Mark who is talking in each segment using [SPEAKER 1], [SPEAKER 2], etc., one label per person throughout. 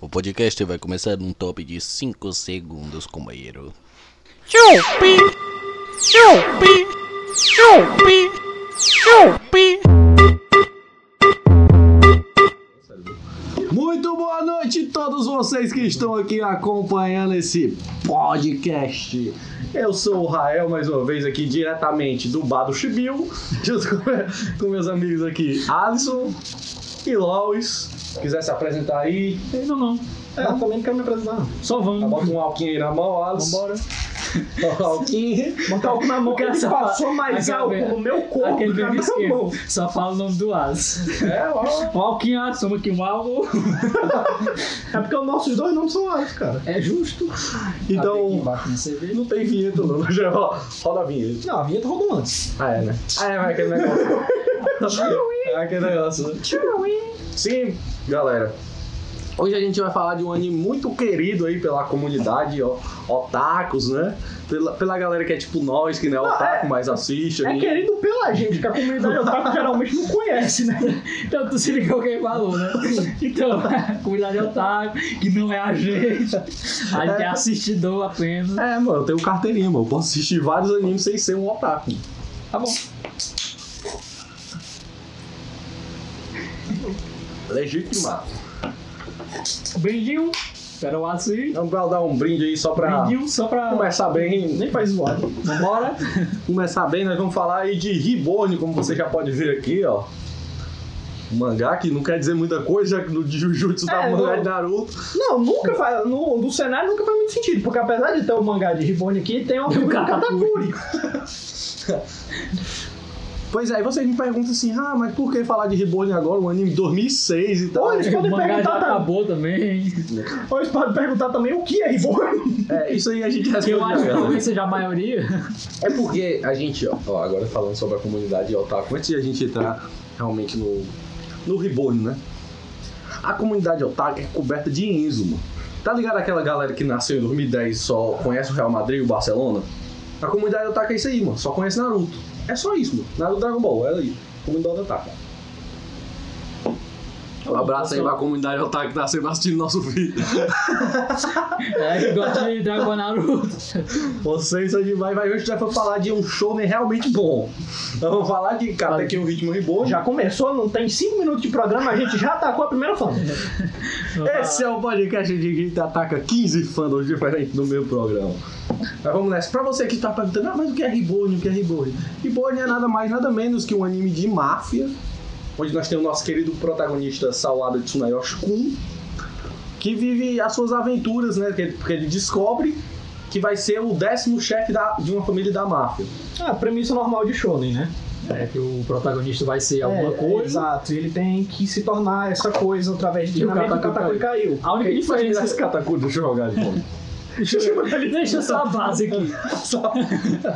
[SPEAKER 1] O podcast vai começar num top de 5 segundos, companheiro.
[SPEAKER 2] Chupi! Chupi! Chupi! Chupi!
[SPEAKER 3] Muito boa noite a todos vocês que estão aqui acompanhando esse podcast. Eu sou o Rael, mais uma vez, aqui diretamente do Bar do Chibiu, junto com, com meus amigos aqui, Alisson e Lois. Se quiser se apresentar aí,
[SPEAKER 4] Ainda não.
[SPEAKER 3] É.
[SPEAKER 4] Eu também não quero me apresentar. Só vamos.
[SPEAKER 3] bota um alquinho aí na mão, Alisson.
[SPEAKER 4] Vambora.
[SPEAKER 3] Bota um alquinho.
[SPEAKER 4] Botar o na mão.
[SPEAKER 3] Porque ele passou mais
[SPEAKER 4] aquela
[SPEAKER 3] álcool
[SPEAKER 4] vez-
[SPEAKER 3] no meu
[SPEAKER 5] Tá
[SPEAKER 3] corpo
[SPEAKER 4] Aquele
[SPEAKER 3] do que na
[SPEAKER 4] bebê
[SPEAKER 3] minha mão.
[SPEAKER 4] esquerdo. Só fala o nome do As.
[SPEAKER 3] É, ó.
[SPEAKER 4] Alquinha, soma aqui um álcool.
[SPEAKER 3] É porque os nossos dois nomes são Alisson, cara.
[SPEAKER 4] É justo.
[SPEAKER 3] Então,
[SPEAKER 4] Embaixo na cerveja.
[SPEAKER 3] não tem vinheta, não. Ó, Roda a vinheta.
[SPEAKER 4] Não, a vinheta rodou antes.
[SPEAKER 3] Ah, é, né? Ah, é, vai aquele negócio. é aquele negócio. né? Sim, galera. Hoje a gente vai falar de um anime muito querido aí pela comunidade, ó, otakus, né? Pela, pela galera que é tipo nós, que não é otaku, mas assiste.
[SPEAKER 5] É
[SPEAKER 3] aí.
[SPEAKER 5] querido pela gente, que a comunidade otaku geralmente não conhece, né?
[SPEAKER 4] Então tu se ligou quem falou, né? Então, a comunidade é otaku, que não é a gente. A gente é assistidor apenas.
[SPEAKER 3] É, mano, eu tenho carteirinha, mano. Eu posso assistir vários animes sem ser um otaku.
[SPEAKER 4] Tá bom.
[SPEAKER 3] Legitimado.
[SPEAKER 4] Brindinho. Espera o As aí.
[SPEAKER 3] Vamos dar um brinde aí só pra
[SPEAKER 4] Brindinho só pra...
[SPEAKER 3] começar bem.
[SPEAKER 5] Nem faz zoado.
[SPEAKER 4] Vambora.
[SPEAKER 3] começar bem, nós vamos falar aí de Reborn, como você já pode ver aqui, ó. Um mangá que não quer dizer muita coisa, já que no Jujutsu tá
[SPEAKER 5] É,
[SPEAKER 3] o mangá
[SPEAKER 5] não.
[SPEAKER 3] de Naruto.
[SPEAKER 5] Não, nunca faz. No, no cenário nunca faz muito sentido, porque apesar de ter Então, o mangá de Ribone aqui, tem
[SPEAKER 3] um
[SPEAKER 5] uma figura do Katakuri.
[SPEAKER 3] Pois é, e vocês me perguntam assim, ah, mas por que falar de Reborn agora, um anime de 2006 e tal?
[SPEAKER 5] Olha, eles
[SPEAKER 4] O
[SPEAKER 5] podem
[SPEAKER 4] mangá já
[SPEAKER 5] perguntar também.
[SPEAKER 4] acabou também.
[SPEAKER 5] Ou eles podem perguntar também o que é Ribone.
[SPEAKER 3] É, isso aí a gente
[SPEAKER 4] Que eu
[SPEAKER 3] responde
[SPEAKER 4] acho que
[SPEAKER 3] já, né?
[SPEAKER 4] talvez seja a maioria.
[SPEAKER 3] É porque a gente, ó, ó, agora falando sobre a comunidade otaku, antes de a gente entrar realmente no, no reborn, né? A comunidade otaku é coberta de Enzo, mano. Tá ligado aquela galera que nasceu em 2010 e só conhece o Real Madrid e o Barcelona? A comunidade otaku é isso aí, mano. Só conhece Naruto. É só isso, mano. Naruto Dragon Ball, é aí. Comunidade otaku. Um abraço aí pra comunidade otaku que tá sempre assistindo nosso vídeo.
[SPEAKER 4] É, que gosta de Dragon Naruto.
[SPEAKER 3] Vocês hoje vai, vai hoje já foi falar de um show realmente bom. Nós vamos falar de cara que o ritmo reborn.
[SPEAKER 5] Já começou, não tem 5 minutos de programa, a gente já atacou a primeira fã.
[SPEAKER 3] Esse é o podcast de gente ataca 15 fandoms diferentes no meu programa. Mas vamos nessa. Pra você que tá perguntando, ah, mas o que é Reborn? O que é Reborn? Reborn é nada mais, nada menos que um anime de máfia, onde nós temos o nosso querido protagonista Sawada Tsunayoshi Kun, que vive as suas aventuras, né? Porque ele, porque ele descobre que vai ser o décimo chefe da- de uma família da máfia.
[SPEAKER 5] Ah, premissa normal de Shonen, né?
[SPEAKER 4] É que o protagonista vai ser alguma
[SPEAKER 5] É,
[SPEAKER 4] coisa.
[SPEAKER 5] Exato, ele tem que se tornar essa coisa através de
[SPEAKER 4] E o
[SPEAKER 5] treinamento que o
[SPEAKER 4] Katakuri
[SPEAKER 5] Katakuri caiu.
[SPEAKER 4] A única diferença.
[SPEAKER 3] catacu, deixa eu jogar ali, pô.
[SPEAKER 4] Deixa só a base aqui.
[SPEAKER 3] Só-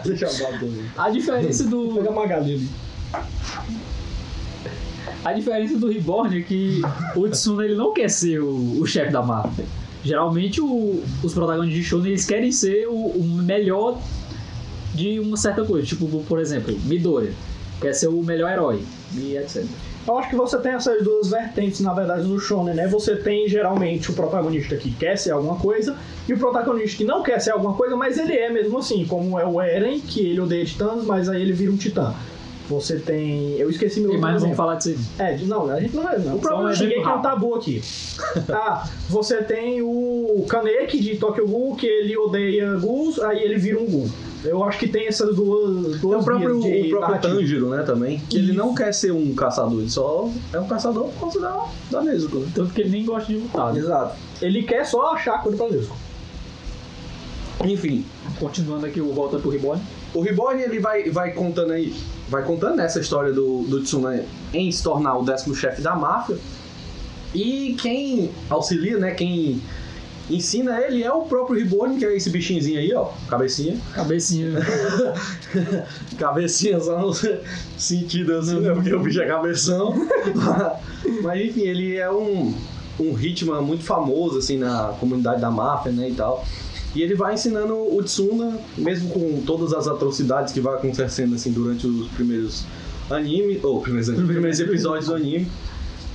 [SPEAKER 3] deixa eu jogar ali.
[SPEAKER 4] A diferença do.
[SPEAKER 5] Pega uma galinha.
[SPEAKER 4] A diferença do Reborn é que o Tsuna ele não quer ser o, o chefe da máfia. Geralmente o- os protagonistas de Shonen eles querem ser o, o melhor de uma certa coisa. Tipo, por exemplo, Midoriya. Quer ser o melhor herói. E etc.
[SPEAKER 5] Eu acho que você tem essas duas vertentes, na verdade, no Shonen, né? Você tem geralmente o protagonista que quer ser alguma coisa e o protagonista que não quer ser alguma coisa, mas ele é mesmo assim, como é o Eren, que ele odeia titãs, mas aí ele vira um titã. Você tem. Eu esqueci meu
[SPEAKER 4] E
[SPEAKER 5] outro
[SPEAKER 4] mais
[SPEAKER 3] um
[SPEAKER 4] vamos
[SPEAKER 5] exemplo.
[SPEAKER 4] falar disso aí.
[SPEAKER 5] É, de- não, a gente não vai. Não. O problema
[SPEAKER 4] um
[SPEAKER 5] é que é
[SPEAKER 4] exemplo
[SPEAKER 5] um tabu aqui. ah, você tem o Kaneki de Tokyo Ghoul, que ele odeia ghouls, aí ele vira um ghoul. Eu acho que tem essas duas.
[SPEAKER 3] É
[SPEAKER 5] duas
[SPEAKER 3] o próprio,
[SPEAKER 5] vias de
[SPEAKER 3] o próprio
[SPEAKER 5] narrativa.
[SPEAKER 3] Tanjiro, né, também. Que ele não quer ser um caçador, ele só é um caçador por causa da, da Nezuko, né?
[SPEAKER 4] Tanto que ele nem gosta de lutar. né?
[SPEAKER 3] Exato.
[SPEAKER 5] Ele quer só achar a cura pra Deus.
[SPEAKER 3] Enfim,
[SPEAKER 4] Continuando aqui o Volta pro Reborn.
[SPEAKER 3] o Reborn ele vai, vai contando aí, vai contando essa história do, do Tsuna em se tornar o décimo chefe da máfia. E quem auxilia, né, quem ensina ele é o próprio Reborn, que é esse bichinhozinho aí, ó, cabecinha.
[SPEAKER 4] Cabecinha.
[SPEAKER 3] cabecinha só no sentido assim, né? Porque o bicho é cabeção. Mas enfim, ele é um, um Hitman muito famoso, assim, na comunidade da máfia, né, e tal. E ele vai ensinando o Tsuna, mesmo com todas as atrocidades que vai acontecendo, assim, durante os primeiros anime, ou primeiros, primeiros episódios do anime.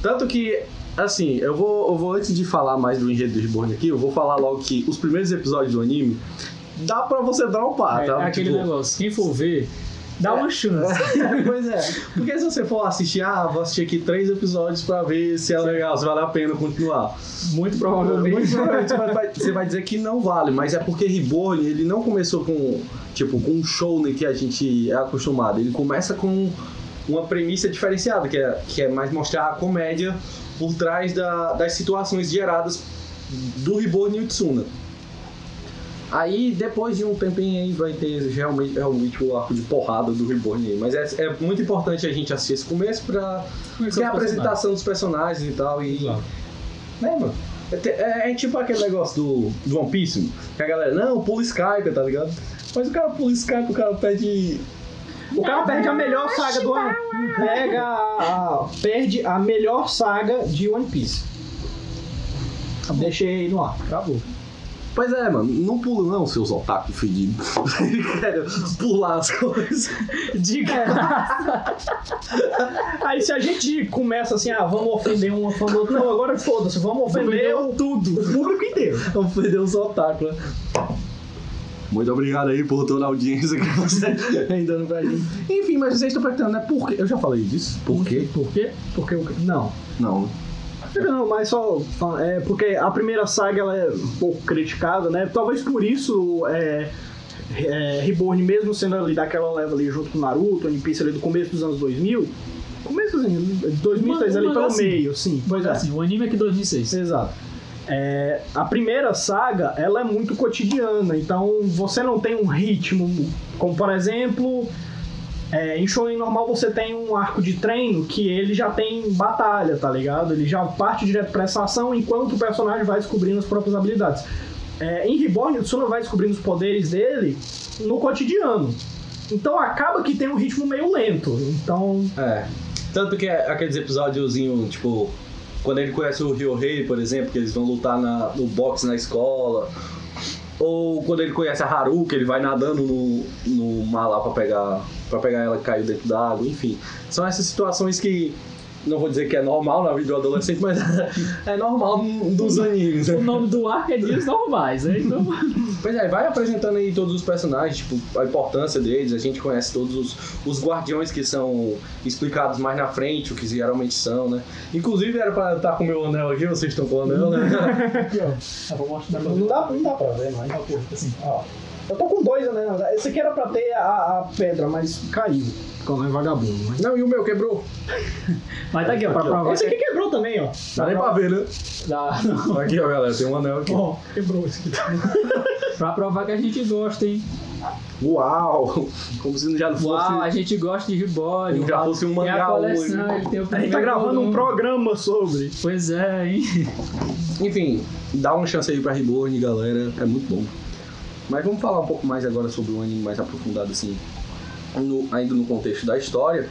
[SPEAKER 3] Tanto que Assim, eu vou, eu vou antes de falar mais do enredo do Reborn aqui, eu vou falar logo que os primeiros episódios do anime dá pra você dropar,
[SPEAKER 4] é,
[SPEAKER 3] tá?
[SPEAKER 4] é aquele
[SPEAKER 3] Tipo,
[SPEAKER 4] negócio. Quem for ver, dá uma chance.
[SPEAKER 3] pois é. Porque se você for assistir, ah, vou assistir aqui três episódios pra ver se é legal, se vale a pena continuar.
[SPEAKER 4] Muito provavelmente.
[SPEAKER 3] Muito provavelmente você vai, você vai dizer que não vale, mas é porque Reborn, ele não começou com, tipo, com um show né, que a gente é acostumado. Ele começa com uma premissa diferenciada, que é, que é mais mostrar a comédia por trás da- das situações geradas do Reborn e Utsuna. Aí, depois de um tempinho aí, vai ter realmente, realmente o arco de porrada do Reborn aí. Mas é, é muito importante a gente assistir esse começo pra... Porque é a apresentação dos personagens e tal, e...
[SPEAKER 4] Exato.
[SPEAKER 3] Né, mano? É, te- é- é tipo aquele negócio do, do One Piece, mano, que a galera, não, pula Skype, tá ligado? Mas o cara pula Skype, o cara pede...
[SPEAKER 5] O cara perde a melhor saga do One Pega a, a- Perde a melhor saga de One Piece. Deixei no ar. Acabou.
[SPEAKER 3] Pois é, mano, não pula não, seus otaku fedidos. Ele quer pular as coisas.
[SPEAKER 4] Diga.
[SPEAKER 5] É. Aí se a gente começa assim, ah, vamos ofender uma fã do outro. Não, agora foda-se, vamos ofender o, tudo. O público inteiro.
[SPEAKER 3] Vamos perder os otaku, né? Muito obrigado aí por toda a audiência que você vem dando pra gente. Enfim, mas vocês estão perguntando, né? Por quê? Eu já falei disso. Por quê?
[SPEAKER 5] Por quê? Porque o. Não.
[SPEAKER 3] Não.
[SPEAKER 5] Não, mas só. fa- É, porque a primeira saga ela é um pouco criticada, né? Talvez por isso. É, é, Reborn, mesmo sendo ali daquela leva ali junto com Naruto, One Piece ali do começo dos anos 2000. Começo assim, 2003
[SPEAKER 4] Uma-
[SPEAKER 5] ali
[SPEAKER 4] uma
[SPEAKER 5] pelo
[SPEAKER 4] assim.
[SPEAKER 5] meio, sim. Pois é.
[SPEAKER 4] Assim, o anime é que 2006.
[SPEAKER 5] Exato. É, a primeira saga, ela é muito cotidiana, então você não tem um ritmo, como por exemplo, é, em Shonen normal você tem um arco de treino que ele já tem batalha, tá ligado? Ele já parte direto pra essa ação enquanto o personagem vai descobrindo as próprias habilidades. É, em Reborn, o Tsuna vai descobrindo os poderes dele no cotidiano. Então acaba que tem um ritmo meio lento. Então
[SPEAKER 3] É. Tanto que é aqueles episódiozinhos, tipo, quando ele conhece o Rio Rei, por exemplo, que eles vão lutar na- no boxe na escola. Ou quando ele conhece a Haru, que ele vai nadando no, no mar lá pra pegar, pra pegar ela que caiu dentro da água, enfim. São essas situações que. Não vou dizer que é normal na vida do adolescente, mas é normal dos animes.
[SPEAKER 4] O
[SPEAKER 3] Né?
[SPEAKER 4] nome do arco é Dias Normais, né? Então,
[SPEAKER 3] Pois é, vai apresentando aí todos os personagens, tipo, a importância deles, a gente conhece todos os, os guardiões que são explicados mais na frente, o que geralmente são, né? Inclusive era pra eu estar com o meu anel aqui, vocês estão com o anel, né?
[SPEAKER 5] Não dá, não dá pra ver, mas tá curto, assim, ó. Eu tô com dois, né? na verdade. Esse aqui era pra ter a, a pedra, mas caiu. Como é vagabundo, mas...
[SPEAKER 3] Não, e o meu quebrou.
[SPEAKER 4] mas daqui, ó, pra provar.
[SPEAKER 5] Esse aqui quebrou também, ó.
[SPEAKER 3] Dá nem pra ver, né?
[SPEAKER 4] Dá-
[SPEAKER 3] Aqui, ó, galera, tem um anel aqui.
[SPEAKER 5] Ó, quebrou esse aqui.
[SPEAKER 4] pra provar que a gente gosta, hein?
[SPEAKER 3] Uau! Como se já não fosse...
[SPEAKER 4] Uau, a gente gosta de Reborn.
[SPEAKER 3] Já fosse um
[SPEAKER 4] é a
[SPEAKER 3] mangá
[SPEAKER 4] coleção,
[SPEAKER 3] hoje.
[SPEAKER 4] ele tem o
[SPEAKER 5] A gente tá
[SPEAKER 4] primeiro
[SPEAKER 5] gravando um
[SPEAKER 4] volume.
[SPEAKER 5] programa sobre.
[SPEAKER 4] Pois é, hein?
[SPEAKER 3] Enfim, dá uma chance aí pra Reborn, galera, é muito bom. Mas vamos falar um pouco mais agora sobre o anime mais aprofundado, assim, no- ainda no contexto da história,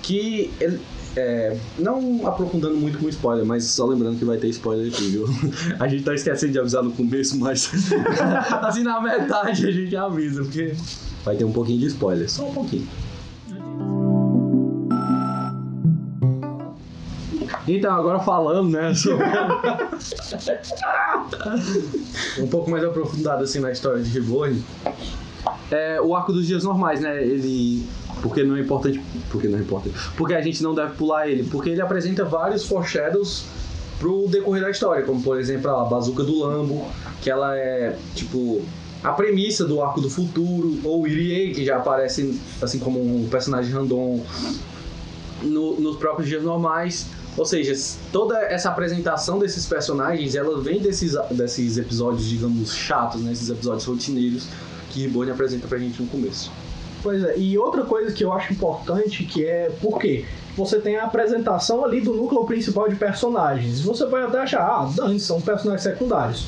[SPEAKER 3] que ele- é, não aprofundando muito com spoiler, mas só lembrando que vai ter spoiler aqui, viu? A gente tá esquecendo de avisar no começo, mas assim na metade a gente avisa, porque vai ter um pouquinho de spoiler, só um pouquinho. Então, agora falando, né, sobre... um pouco mais aprofundado, assim, na história de Reborn, é o arco dos dias normais, né, ele... Porque não é importante... Porque não é importante... Porque a gente não deve pular ele, porque ele apresenta vários foreshadows pro decorrer da história, como, por exemplo, a bazuca do Lambo, que ela é, tipo... A premissa do Arco do Futuro, ou Irie, que já aparece assim como um personagem random no- nos próprios dias normais. Ou seja, s- toda essa apresentação desses personagens, ela vem desses, a- desses episódios, digamos, chatos, né? Esses episódios rotineiros que Bonnie apresenta pra gente no começo.
[SPEAKER 5] Pois é, e outra coisa que eu acho importante que é por quê? Você tem a apresentação ali do núcleo principal de personagens. Você pode até achar, ah, dane são personagens secundários.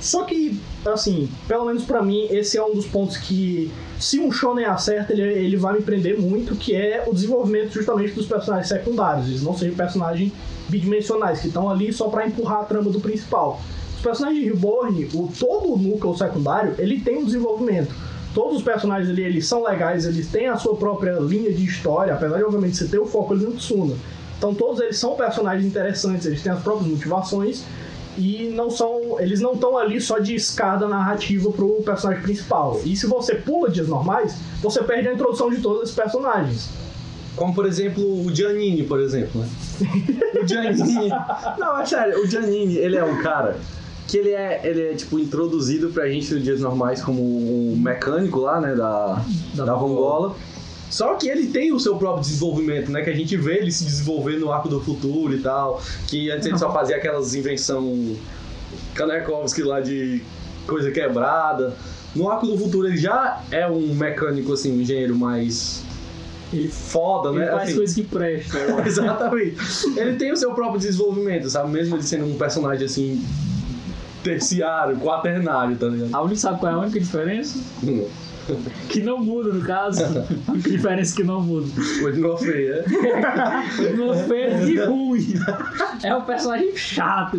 [SPEAKER 5] Só que, assim, pelo menos pra mim, esse é um dos pontos que, se um shonen acerta, ele, ele vai me prender muito, que é o desenvolvimento justamente dos personagens secundários. Eles não sejam personagens bidimensionais, que estão ali só pra empurrar a trama do principal. Os personagens de Reborn, o, todo o núcleo secundário, ele tem um desenvolvimento. Todos os personagens ali, eles são legais, eles têm a sua própria linha de história, apesar de, obviamente, você ter o foco ali no Tsuna. Então todos eles são personagens interessantes, eles têm as próprias motivações e não são, eles não estão ali só de escada narrativa pro personagem principal. E se você pula dias normais, você perde a introdução de todos esses personagens.
[SPEAKER 3] Como, por exemplo, o Giannini, por exemplo. né? O Giannini. Não, é sério, o Giannini, ele é um cara que ele é, ele é tipo, introduzido pra gente nos dias normais como um mecânico lá, né, da, da, Vongola. Só que ele tem o seu próprio desenvolvimento, né? Que a gente vê ele se desenvolver no arco do futuro e tal. Que antes ele só fazia aquelas invenção Kanekovsky lá de coisa quebrada. No arco do futuro ele já é um mecânico, assim, um engenheiro mais
[SPEAKER 4] Ele,
[SPEAKER 3] foda,
[SPEAKER 4] ele
[SPEAKER 3] né?
[SPEAKER 4] faz
[SPEAKER 3] Assim,
[SPEAKER 4] coisas que prestam. eu acho.
[SPEAKER 3] Exatamente. Ele tem o seu próprio desenvolvimento, sabe? Mesmo ele sendo um personagem assim. Terciário, quaternário, tá ligado?
[SPEAKER 4] A única, sabe qual é a única diferença? Que não muda, no caso. A única diferença é que não muda.
[SPEAKER 3] Continua feia.
[SPEAKER 4] Não fez de ruim. É um personagem chato.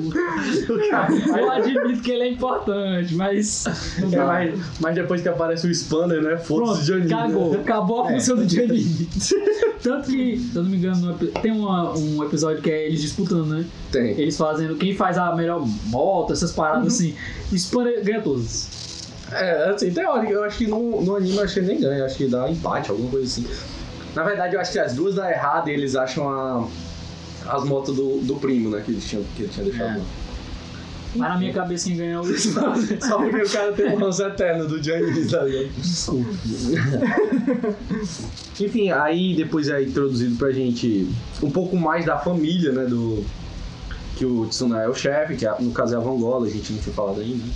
[SPEAKER 4] Eu admito que ele é importante, mas. Não
[SPEAKER 3] É,
[SPEAKER 4] dá.
[SPEAKER 3] mas, mas depois que aparece o Spander, né? Foda-se,
[SPEAKER 4] Pronto,
[SPEAKER 3] Johnny.
[SPEAKER 4] cagou. Acabou
[SPEAKER 3] É.
[SPEAKER 4] a função do Johnny. Tanto que, se eu não me engano, no epi- tem uma- um episódio que é eles disputando, né?
[SPEAKER 3] Tem.
[SPEAKER 4] Eles fazendo quem faz a melhor moto, essas paradas
[SPEAKER 3] Uhum.
[SPEAKER 4] assim. O Spanner ganha todas.
[SPEAKER 3] É, assim, teórico. Eu acho que no, no anime eu acho que ele nem ganha. eu Acho que dá um empate, alguma coisa assim. Na verdade, eu acho que as duas dá errado e eles acham a- as motos do, do primo, né? Que ele tinha, que ele tinha deixado.
[SPEAKER 4] Mas na minha
[SPEAKER 3] Uhum.
[SPEAKER 4] cabeça quem ganha é o Spanner.
[SPEAKER 3] Só porque o cara tem mãos eternas do Johnny, tá ligado?
[SPEAKER 4] Desculpa.
[SPEAKER 3] Enfim, aí depois é introduzido pra gente um pouco mais da família, né? Do. Que o Tsunae é o chefe, que é- no caso é a Vangola, a gente não tinha falado ainda. né?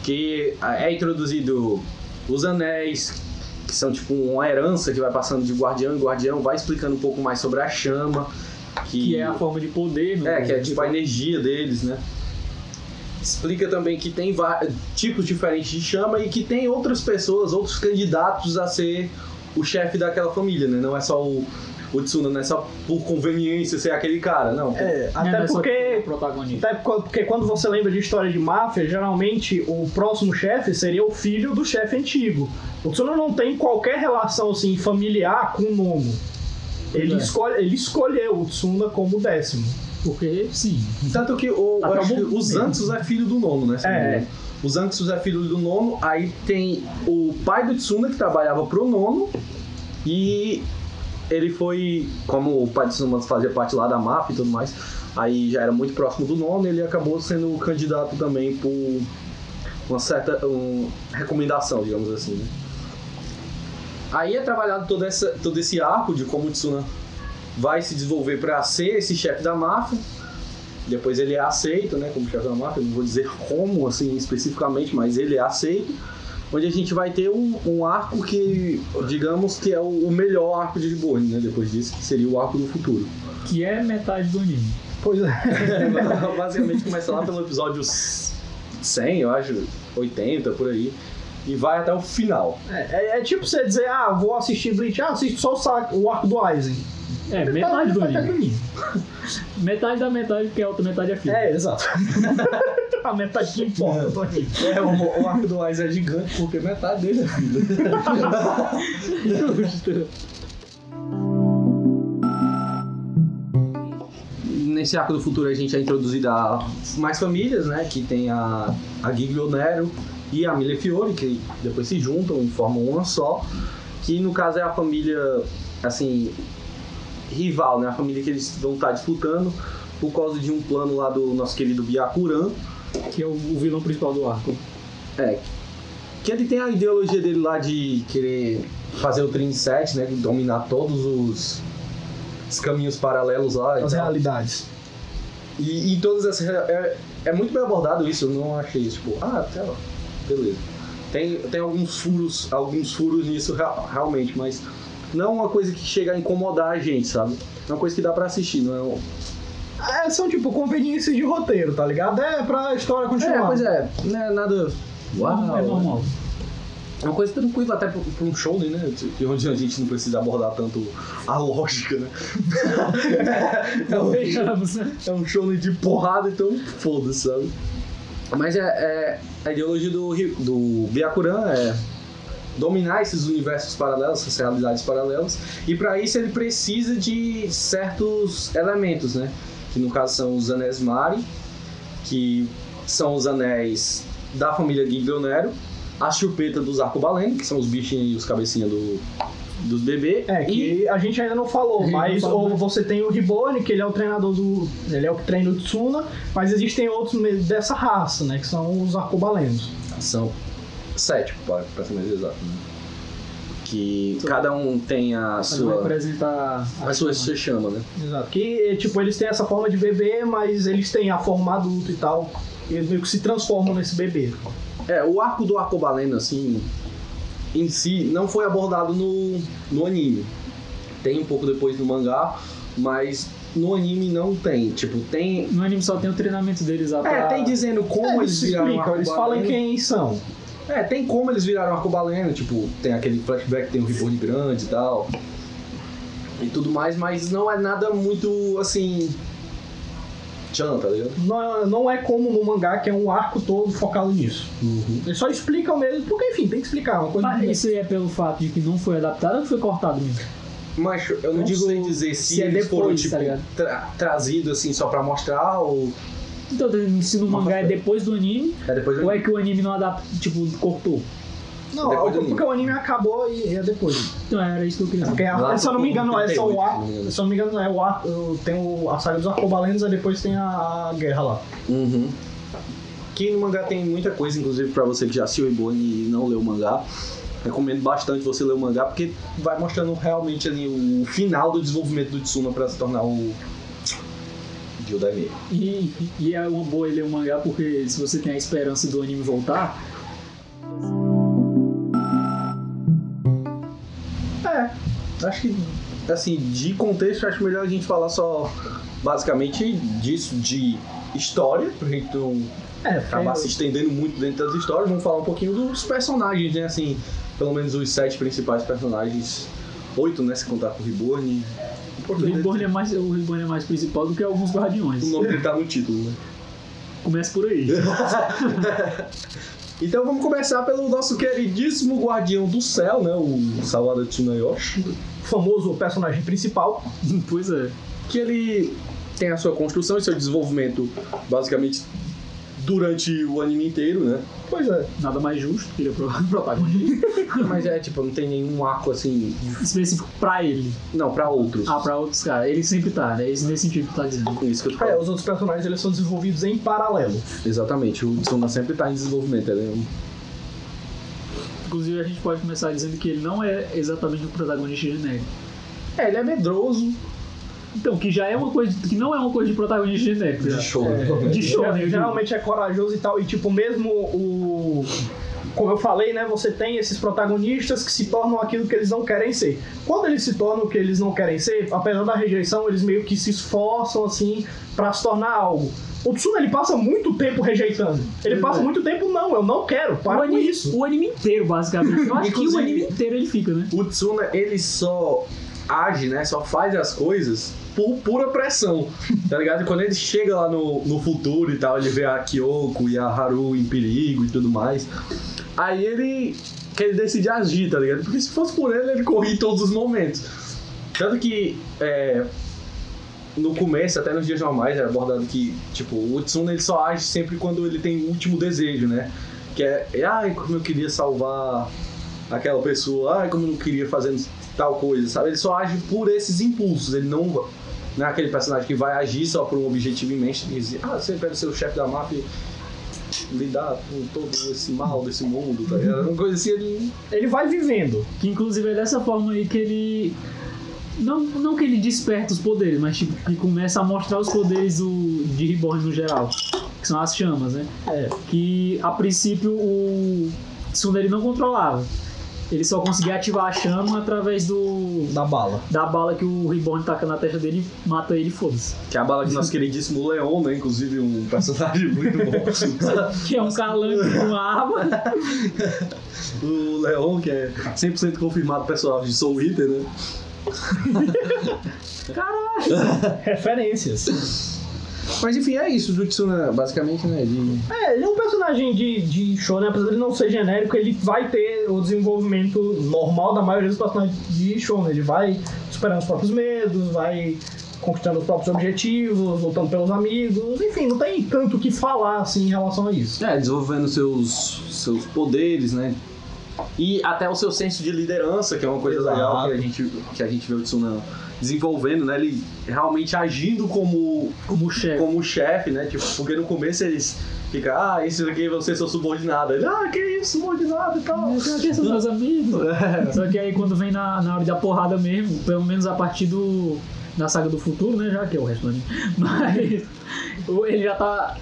[SPEAKER 3] Que ah, é introduzido os anéis, que são tipo uma herança que vai passando de guardião em guardião, vai explicando um pouco mais sobre a chama. Que,
[SPEAKER 4] Que é a forma de poder, né?
[SPEAKER 3] é, que é tipo a energia deles, né? Explica também que tem va- tipos diferentes de chama e que tem outras pessoas, outros candidatos a ser o chefe daquela família, né? Não é só o, o Tsuna, não é só por conveniência ser aquele cara, não.
[SPEAKER 5] É,
[SPEAKER 4] Não é
[SPEAKER 5] até
[SPEAKER 4] só
[SPEAKER 5] porque
[SPEAKER 4] o protagonista.
[SPEAKER 5] Até porque porque quando você lembra de história de máfia, geralmente o próximo chefe seria o filho do chefe antigo. O Tsuna não tem qualquer relação assim familiar com o nono. Ele,
[SPEAKER 4] é.
[SPEAKER 5] escolhe, ele escolheu o Tsuna como décimo.
[SPEAKER 4] Porque, sim.
[SPEAKER 3] Tanto que o, eu
[SPEAKER 5] Até
[SPEAKER 3] acho
[SPEAKER 5] o
[SPEAKER 3] que
[SPEAKER 5] momento.
[SPEAKER 3] o Zantus é filho do nono, né? se não me
[SPEAKER 5] É.
[SPEAKER 3] engano. O Zantus é filho do nono, aí tem o pai do Tsuna que trabalhava pro nono e ele foi, como o pai do Tsuna fazia parte lá da máfia e tudo mais, aí já era muito próximo do nono, ele acabou sendo o candidato também por uma certa um, recomendação, digamos assim, né? Aí é trabalhado todo, essa, todo esse arco de como o Tsuna vai se desenvolver para ser esse chefe da máfia. Depois ele é aceito, né, como chefe da máfia, não vou dizer como assim especificamente, mas ele é aceito. Onde a gente vai ter um, um arco que, digamos que é o, o melhor arco de Reborn, né? Depois disso, que seria o arco do futuro.
[SPEAKER 4] Que é metade do anime.
[SPEAKER 5] Pois é.
[SPEAKER 3] Basicamente começa lá pelo episódio 100, eu acho, 80 por aí, e vai até o final.
[SPEAKER 5] É, é tipo você dizer, ah, vou assistir Bleach, ah, assisto só o, saco, o arco do Aizen.
[SPEAKER 4] É, metade do
[SPEAKER 5] Metade
[SPEAKER 4] anime. Metade da metade, porque a outra metade é filha.
[SPEAKER 5] É, exato. A metade que importa, eu tô aqui.
[SPEAKER 3] É, o, o arco do Ice é gigante porque metade dele é filho. Nesse arco do futuro a gente é introduzido a mais famílias, né? Que tem a, a Giglio Nero e a Mille Fiore, que depois se juntam e formam uma só. Que no caso é a família, assim, rival, né? A família que eles vão estar disputando por causa de um plano lá do nosso querido Byakuran.
[SPEAKER 4] Que é o, o vilão principal do arco.
[SPEAKER 3] É. Que ele tem a ideologia dele lá de querer fazer o 37, né? Dominar todos os, os caminhos paralelos lá. e
[SPEAKER 5] As
[SPEAKER 3] tal.
[SPEAKER 5] realidades.
[SPEAKER 3] E, e todas essas. É, é muito bem abordado isso, eu não achei isso. Tipo, ah, tá, ó, beleza. Tem, tem alguns furos, alguns furos nisso rea- realmente, mas não é uma coisa que chega a incomodar a gente, sabe? É uma coisa que dá pra assistir, não é? um-
[SPEAKER 5] É, são tipo conveniências de roteiro, tá ligado? É pra história
[SPEAKER 3] É,
[SPEAKER 5] continuar.
[SPEAKER 3] pois é, não é nada. Uau!
[SPEAKER 4] é normal.
[SPEAKER 3] É uma coisa tranquila até pra pra um show, né? De onde a gente não precisa abordar tanto a lógica, né? é, um,
[SPEAKER 4] Vejamos, né?
[SPEAKER 3] é um show de porrada, então foda-se, sabe? Mas é, é- a ideologia do, Ri- do Byakuran é dominar esses universos paralelos, essas realidades paralelas, e para isso ele precisa de certos elementos, né? Que no caso são os anéis Mari, que são os anéis da família Giglionero, a chupeta dos arcobaleno, que são os bichinhos e os cabecinhas do, dos bebês,
[SPEAKER 5] É,
[SPEAKER 3] e
[SPEAKER 5] que a gente ainda não falou,
[SPEAKER 4] gente não
[SPEAKER 5] mas
[SPEAKER 4] falou,
[SPEAKER 5] ou
[SPEAKER 4] né?
[SPEAKER 5] você tem o Ribone, que ele é o treinador do. Ele é o que treina o Tsuna, mas existem outros mesmo dessa raça, né? Que são os arcobalenos.
[SPEAKER 3] são sete, para pra ser mais exato. Né? Que cada um tem a
[SPEAKER 4] Mas vai
[SPEAKER 3] sua,
[SPEAKER 4] apresentar
[SPEAKER 3] a sua, sua chama, né?
[SPEAKER 5] Exato. Que, tipo, eles têm essa forma de bebê, mas eles têm a forma adulta e tal. E eles meio que se transformam nesse bebê.
[SPEAKER 3] É, o arco do arcobaleno, assim, em si, não foi abordado no, no anime. Tem um pouco depois no mangá, mas no anime não tem. Tipo, tem.
[SPEAKER 4] No anime só tem o treinamento deles lá
[SPEAKER 3] É,
[SPEAKER 4] pra-
[SPEAKER 3] tem dizendo como
[SPEAKER 5] É,
[SPEAKER 3] eles
[SPEAKER 5] se
[SPEAKER 3] viraram
[SPEAKER 5] explicam, eles falam
[SPEAKER 3] arcobaleno.
[SPEAKER 5] quem são.
[SPEAKER 3] É, tem como eles viraram arcobaleno, tipo, tem aquele flashback, tem um reborn grande e tal. E tudo mais, mas não é nada muito assim. Tchan, tá ligado?
[SPEAKER 5] Não, não é como no mangá, que é um arco todo focado nisso.
[SPEAKER 4] Uhum.
[SPEAKER 5] Eles só explicam mesmo, porque, enfim, tem que explicar. é Uma coisa
[SPEAKER 4] Mas
[SPEAKER 5] de-
[SPEAKER 4] isso aí é pelo fato de que não foi adaptado ou foi cortado mesmo?
[SPEAKER 3] Mas eu não,
[SPEAKER 4] Não
[SPEAKER 3] digo
[SPEAKER 4] sei
[SPEAKER 3] dizer se,
[SPEAKER 4] se é
[SPEAKER 3] eles foram,
[SPEAKER 4] depois,
[SPEAKER 3] tipo,
[SPEAKER 4] tá ligado?
[SPEAKER 3] tra- trazido assim só pra mostrar ou.
[SPEAKER 4] Então, se no mangá é depois do anime,
[SPEAKER 3] É depois
[SPEAKER 4] ou é que o anime não adapta, tipo, cortou?
[SPEAKER 5] Não,
[SPEAKER 3] Depois do anime.
[SPEAKER 5] porque o anime acabou e é depois.
[SPEAKER 4] Então era isso que eu queria
[SPEAKER 5] Porque
[SPEAKER 4] saber.
[SPEAKER 5] a-
[SPEAKER 3] Lá
[SPEAKER 5] se eu não me
[SPEAKER 3] pro
[SPEAKER 5] engano, é só o
[SPEAKER 3] 38,
[SPEAKER 5] arco.
[SPEAKER 3] se não me engano.
[SPEAKER 5] Se eu não me engano, é o arco. Tem o, a saga dos arcobalenos e depois tem a, a guerra lá.
[SPEAKER 3] Uhum. Que no mangá tem muita coisa, inclusive pra você que já assistiu o Ebony e não leu o mangá. Recomendo bastante você ler o mangá, porque vai mostrando realmente ali o final do desenvolvimento do Tsuna pra se tornar o. Jodai
[SPEAKER 4] E, e é uma boa ele ler o mangá, porque se você tem a esperança do anime voltar,
[SPEAKER 3] É, Acho que, assim, de contexto, acho melhor a gente falar só basicamente disso, de história, pra gente um não
[SPEAKER 5] É,
[SPEAKER 3] acabar se estendendo muito dentro das histórias. Vamos falar um pouquinho dos personagens, né? Assim, pelo menos os sete principais personagens. Oito, né? Se contar com o Reborn.
[SPEAKER 4] o Reborn é mais, o Reborn é mais principal do que alguns guardiões.
[SPEAKER 3] O nome dele tá no título, né?
[SPEAKER 4] Começa por aí.
[SPEAKER 3] Então vamos começar pelo nosso queridíssimo guardião do céu, né? O Sawada Tsunayoshi.
[SPEAKER 5] o famoso personagem principal.
[SPEAKER 4] pois é.
[SPEAKER 3] Que ele tem a sua construção e seu desenvolvimento basicamente durante o anime inteiro, né?
[SPEAKER 5] Pois é.
[SPEAKER 4] Nada mais justo que ele é pro- protagonista.
[SPEAKER 3] Mas é tipo, não tem nenhum arco assim.
[SPEAKER 4] Específico pra ele.
[SPEAKER 3] Não, pra outros.
[SPEAKER 4] Ah, pra outros caras. Ele sempre tá, né? Esse, nesse sentido que tá dizendo.
[SPEAKER 3] Com isso que eu te
[SPEAKER 5] É,
[SPEAKER 3] falo.
[SPEAKER 5] os outros personagens eles são desenvolvidos em paralelo.
[SPEAKER 3] Exatamente, o Tsuna sempre tá em desenvolvimento, ele é um
[SPEAKER 4] Inclusive, a gente pode começar dizendo que ele não é exatamente um protagonista genérico.
[SPEAKER 3] É, ele é medroso
[SPEAKER 4] Então, que já é uma coisa. Que não é uma coisa de protagonista genérico. já.
[SPEAKER 3] de um show.
[SPEAKER 4] De show, né? eu digo.
[SPEAKER 5] Geralmente é corajoso e tal. E tipo, mesmo o. Como eu falei, né? Você tem esses protagonistas que se tornam aquilo que eles não querem ser. Quando eles se tornam o que eles não querem ser, apesar da rejeição, eles meio que se esforçam assim pra se tornar algo. O Tsuna ele passa muito tempo rejeitando. Ele passa muito tempo, não, eu não quero,
[SPEAKER 4] o
[SPEAKER 5] para com
[SPEAKER 4] anime,
[SPEAKER 5] isso.
[SPEAKER 4] O anime inteiro, basicamente. Eu acho que o
[SPEAKER 3] Inclusive-
[SPEAKER 4] anime inteiro ele fica, né?
[SPEAKER 3] O Tsuna, ele só age, né? Só faz as coisas por pura pressão, tá ligado? E Quando ele chega lá no, no futuro e tal, ele vê a Kyoko e a Haru em perigo e tudo mais. Aí ele. que ele decide agir, tá ligado? Porque se fosse por ele, ele corria em todos os momentos. Tanto que. é, no começo, até nos dias normais, era abordado que, tipo, o Tsuna ele só age sempre quando ele tem o último desejo, né? Que é, ai, como eu queria salvar aquela pessoa, ai, como eu não queria fazer tal coisa, sabe? Ele só age por esses impulsos, ele não, não é aquele personagem que vai agir só por um objetivo em mente e dizer, ah, você quer ser o chefe da máfia e lidar com todo esse mal desse mundo, tá ligado? Uma coisa assim, ele...
[SPEAKER 5] Ele vai vivendo.
[SPEAKER 4] Que inclusive é dessa forma aí que ele. Não, não que ele desperta os poderes, mas tipo, que começa a mostrar os poderes do, de Reborn no geral. Que são as chamas, né?
[SPEAKER 5] É.
[SPEAKER 4] Que a princípio o Tsuna ele não controlava. Ele só conseguia ativar a chama através do.
[SPEAKER 5] Da bala.
[SPEAKER 4] da bala que o Reborn taca na testa dele, mata ele e foda-se.
[SPEAKER 3] Que é a bala de nosso queridíssimo Leon, né? Inclusive um personagem muito bom.
[SPEAKER 4] Que é um calanque com uma arma.
[SPEAKER 3] o Leon, que é 100% confirmado personagem de Soul Eater, né?
[SPEAKER 4] Caralho!
[SPEAKER 5] Referências.
[SPEAKER 3] Mas enfim, é isso do Tsuna, basicamente, né? De...
[SPEAKER 5] É, ele é um personagem de, de Shonen, apesar de ele não ser genérico, ele vai ter o desenvolvimento normal da maioria dos personagens de Shonen. Ele vai superando os próprios medos, vai conquistando os próprios objetivos, lutando pelos amigos, enfim, não tem tanto o que falar assim em relação a isso.
[SPEAKER 3] É, desenvolvendo seus, seus poderes, né? E até o seu senso de liderança, que é uma coisa
[SPEAKER 5] Exato.
[SPEAKER 3] legal que a, gente, que a gente vê o Tsuna desenvolvendo, né? Ele realmente agindo como
[SPEAKER 4] Como chefe.
[SPEAKER 3] como chefe, né? Tipo, porque no começo eles ficam, ah, isso aqui você seu subordinado. Ele, ah, que isso, subordinado e tal.
[SPEAKER 4] Eu tenho aqui esses meus amigos.
[SPEAKER 5] É.
[SPEAKER 4] Só que aí quando vem na, na hora da porrada mesmo, pelo menos a partir do. da saga do futuro, né? Já que é o resto do anime. Mas o- ele já tá.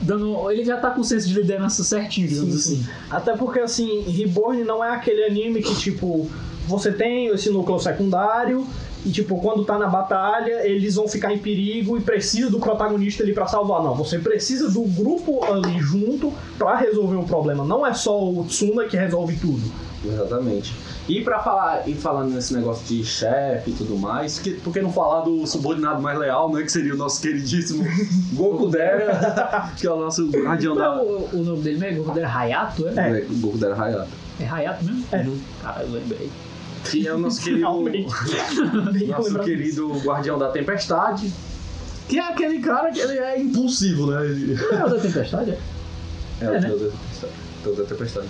[SPEAKER 4] Dando, ele já tá com o senso de liderança certinho, digamos
[SPEAKER 5] Sim,
[SPEAKER 4] assim.
[SPEAKER 5] Até porque, assim, Reborn não é aquele anime que, tipo, você tem esse núcleo secundário e, tipo, quando tá na batalha, eles vão ficar em perigo e precisa do protagonista ali pra salvar. Não, você precisa do grupo ali junto pra resolver o problema. Não é só o Tsuna que resolve tudo.
[SPEAKER 3] Exatamente. E pra falar, e falando nesse negócio de chefe e tudo mais, que, por que não falar do subordinado mais leal, né? Que seria o nosso queridíssimo Goku Dera, que é o nosso guardião
[SPEAKER 4] Qual é
[SPEAKER 3] da.
[SPEAKER 4] o, o nome dele mesmo? O Hayato, é?
[SPEAKER 3] É, Goku Dera Hayato.
[SPEAKER 4] É Hayato mesmo?
[SPEAKER 5] É.
[SPEAKER 4] Cara, eu lembrei.
[SPEAKER 3] Que é o nosso querido.
[SPEAKER 5] Realmente. Nem
[SPEAKER 3] nosso
[SPEAKER 5] lembro disso.
[SPEAKER 3] querido guardião da tempestade. Que é aquele cara que ele é impulsivo, né? Ele...
[SPEAKER 4] Não é o da Tempestade? É.
[SPEAKER 3] É,
[SPEAKER 4] né?
[SPEAKER 3] o Deus da tempestade. Deus da tempestade.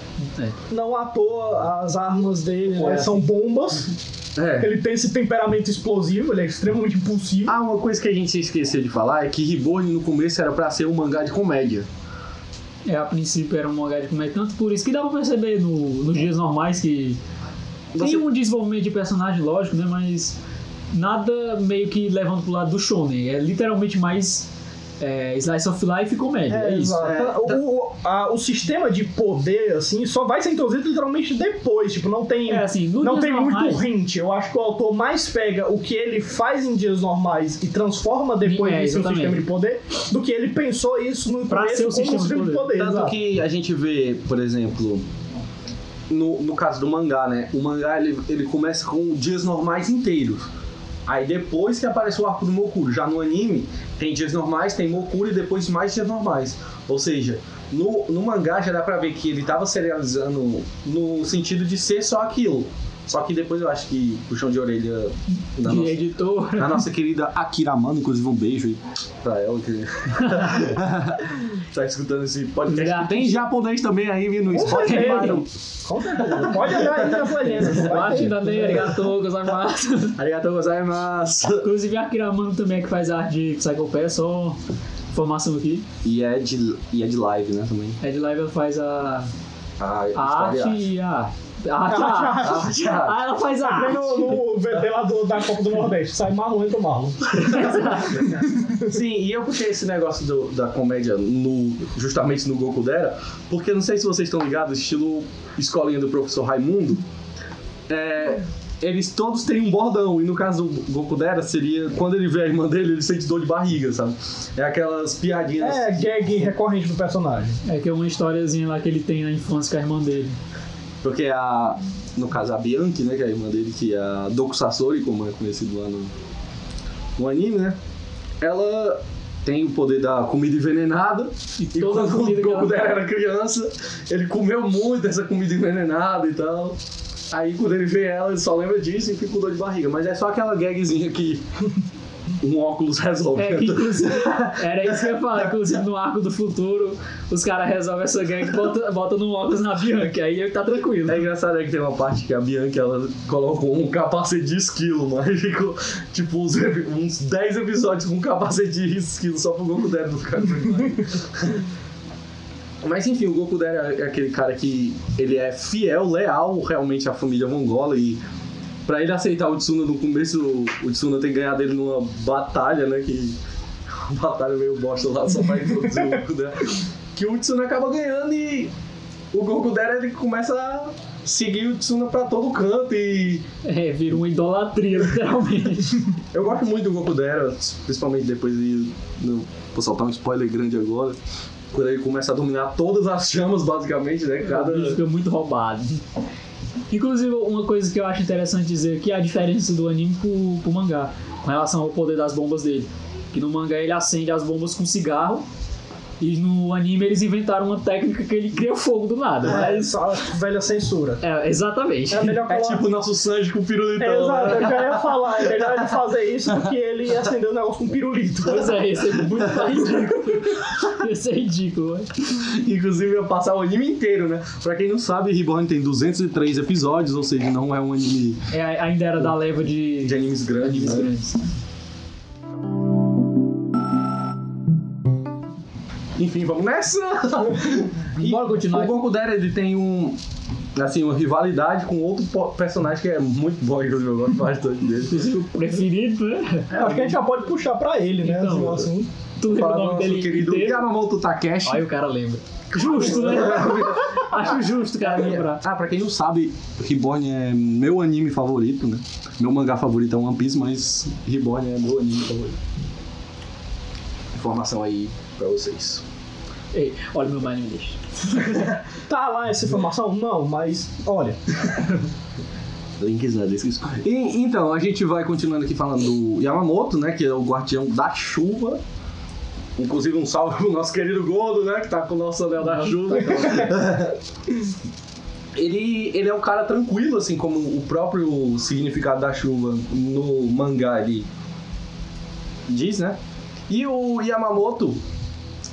[SPEAKER 5] Não à toa as armas dele né,
[SPEAKER 4] É.
[SPEAKER 5] são bombas.
[SPEAKER 3] É.
[SPEAKER 5] Ele tem esse temperamento explosivo, ele é extremamente impulsivo.
[SPEAKER 3] Ah, uma coisa que a gente esqueceu de falar é que Reborn no começo era pra ser um mangá de comédia.
[SPEAKER 4] É, a princípio era um mangá de comédia, tanto por isso que dá pra perceber no- nos dias normais que
[SPEAKER 3] Você-
[SPEAKER 4] tem um desenvolvimento de personagem, lógico, né? Mas nada meio que levando pro lado do shonen. É literalmente mais é, slice of life e comédia. É, isso.
[SPEAKER 5] exato.
[SPEAKER 3] é.
[SPEAKER 5] O- o, a- o sistema de poder, assim, só vai ser introduzido literalmente depois. Tipo, não tem.
[SPEAKER 4] É assim, no
[SPEAKER 5] não
[SPEAKER 4] dias
[SPEAKER 5] tem
[SPEAKER 4] normais,
[SPEAKER 5] muito hint. Eu acho que o autor mais pega o que ele faz em dias normais e transforma depois
[SPEAKER 4] É,
[SPEAKER 5] isso em um
[SPEAKER 4] exatamente.
[SPEAKER 5] sistema de poder do que ele pensou isso no
[SPEAKER 4] Pra
[SPEAKER 5] começo
[SPEAKER 4] ser o
[SPEAKER 5] como
[SPEAKER 4] sistema de poder.
[SPEAKER 5] exato.
[SPEAKER 3] Tanto que a gente vê, por exemplo, no, no caso do mangá, né? O mangá ele, ele começa com dias normais inteiros. Aí depois que aparece o arco do Mokuro. Já no anime, tem dias normais, tem Mokuro e depois mais dias normais. Ou seja, no, no mangá já dá pra ver que ele tava serializando no sentido de ser só aquilo. Só que depois eu acho que puxão de orelha da
[SPEAKER 4] de
[SPEAKER 3] nossa-
[SPEAKER 4] editor.
[SPEAKER 3] A nossa querida Akira Mano, inclusive um beijo aí pra ela que tá escutando esse podcast.
[SPEAKER 4] Já.
[SPEAKER 3] que Tem japonês também aí viu, no Spotify.
[SPEAKER 5] certeza. Com certeza. Pode olhar aí na sua agenda. vai
[SPEAKER 4] Bate
[SPEAKER 5] ter. né?
[SPEAKER 4] da lei, arigatou, gozaimasu.
[SPEAKER 3] Arigatou gozaimasu.
[SPEAKER 4] Inclusive, a Kiramano também é que faz arte de Psycho Pass, só formação aqui.
[SPEAKER 3] E é de, e é de live, né, também. Ah,
[SPEAKER 4] É de live, ela faz a,
[SPEAKER 3] A,
[SPEAKER 4] a arte e a... A arte, a
[SPEAKER 3] arte.
[SPEAKER 4] arte. Ah, ela faz a
[SPEAKER 5] Vem
[SPEAKER 4] arte.
[SPEAKER 5] Tá No, no VT lá do- da Copa do Nordeste, sai Marlon entra o Marlon.
[SPEAKER 3] Sim, e eu puxei esse negócio do- da comédia no, justamente no Goku Dera, porque não sei se vocês estão ligados, estilo escolinha do professor Raimundo, é, eles todos têm um bordão, e no caso do Goku Dera seria, quando ele vê a irmã dele, ele sente dor de barriga, sabe? É aquelas piadinhas...
[SPEAKER 5] É gag recorrente do personagem.
[SPEAKER 4] É que é uma historiazinha lá que ele tem na infância com a irmã dele.
[SPEAKER 3] Porque a. No caso, a Bianchi, né? Que é a irmã dele, que é a Doku Sasori, como é conhecido lá no, no anime, né? Ela tem o poder da comida envenenada.
[SPEAKER 4] E
[SPEAKER 3] E
[SPEAKER 4] toda a
[SPEAKER 3] quando o
[SPEAKER 4] comida que
[SPEAKER 3] Goku
[SPEAKER 4] ela
[SPEAKER 3] dela era criança, ele comeu muito dessa comida envenenada e tal. Aí quando ele vê ela, ele só lembra disso e fica com dor de barriga. Mas é só aquela gagzinha que um óculos resolve.
[SPEAKER 4] É que inclusive, era isso que eu ia falar, inclusive no arco do futuro, os caras resolvem essa gangue e botam bota no óculos na Bianca, aí tá tranquilo.
[SPEAKER 3] É engraçado é que tem uma parte que a Bianca ela coloca um capacete de esquilo, mas ficou tipo uns, uns 10 episódios com um capacete de esquilo só pro Goku Dera não ficar com ele. Mas enfim, o Goku Dera é aquele cara que ele é fiel, leal realmente à família mongola e pra ele aceitar o Tsuna no começo, o Tsuna tem que ganhar dele numa batalha, né? Que uma batalha meio bosta lá só pra introduzir o Goku Dera. Que o Tsuna acaba ganhando e o Goku Dera ele começa a seguir o Tsuna pra todo canto e
[SPEAKER 4] É, vira uma idolatria, literalmente.
[SPEAKER 3] eu gosto muito do Goku Dera, principalmente depois de não, vou soltar um spoiler grande agora, quando ele começa a dominar todas as chamas basicamente, né? Cada
[SPEAKER 4] Ele fica é muito roubado. Inclusive, uma coisa que eu acho interessante dizer aqui é a diferença do anime pro, pro mangá, com relação ao poder das bombas dele. Que no mangá ele acende as bombas com cigarro. E no anime eles inventaram uma técnica que ele cria fogo do nada.
[SPEAKER 5] É, só velha censura.
[SPEAKER 4] É, exatamente.
[SPEAKER 5] É melhor
[SPEAKER 3] É
[SPEAKER 5] colocar-
[SPEAKER 3] tipo o nosso Sanji com pirulitão.
[SPEAKER 4] Então,
[SPEAKER 5] É, exato,
[SPEAKER 3] né?
[SPEAKER 5] eu já ia falar. É melhor ele fazer isso do que ele acender o negócio com um pirulito.
[SPEAKER 4] Pois é, isso é muito mais ridículo. Isso é ridículo. né?
[SPEAKER 3] Inclusive, eu passar o anime inteiro, né? Pra quem não sabe, Reborn tem 203 episódios, ou seja, não é um anime
[SPEAKER 4] É, ainda era da leva de,
[SPEAKER 3] de animes grandes.
[SPEAKER 4] animes
[SPEAKER 3] né?
[SPEAKER 4] grandes.
[SPEAKER 3] Enfim, vamos nessa! E
[SPEAKER 4] Bora continuar.
[SPEAKER 3] O Goku Dera, ele tem um... Assim, uma rivalidade com outro po- personagem que é muito bom, inclusive, eu gosto bastante dele.
[SPEAKER 4] Inclusive o preferido, né?
[SPEAKER 5] É, acho que a gente já pode puxar pra ele, né?
[SPEAKER 4] Então,
[SPEAKER 5] assim, o assunto.
[SPEAKER 4] Tu lembra
[SPEAKER 3] Fala
[SPEAKER 4] o
[SPEAKER 3] do
[SPEAKER 4] nome
[SPEAKER 3] nosso
[SPEAKER 4] dele
[SPEAKER 3] querido
[SPEAKER 4] inteiro?
[SPEAKER 3] Yamamoto Takeshi.
[SPEAKER 4] Aí o cara lembra. Justo, né? Acho justo o cara lembrar.
[SPEAKER 3] Ah, pra quem não sabe, Reborn é meu anime favorito, né? Meu mangá favorito é One Piece, mas Reborn é meu anime favorito. Informação aí pra vocês.
[SPEAKER 4] Ei, olha meu mind me deixa.
[SPEAKER 5] Tá lá essa informação? Não, mas olha.
[SPEAKER 3] Links na descrição. E, então, a gente vai continuando aqui falando do Yamamoto, né? Que é o guardião da chuva. Inclusive, um salve pro nosso querido Gordo, né? Que tá com o nosso anel da chuva. ele, ele é um cara tranquilo, assim, como o próprio significado da chuva no mangá ele diz, né? E o Yamamoto,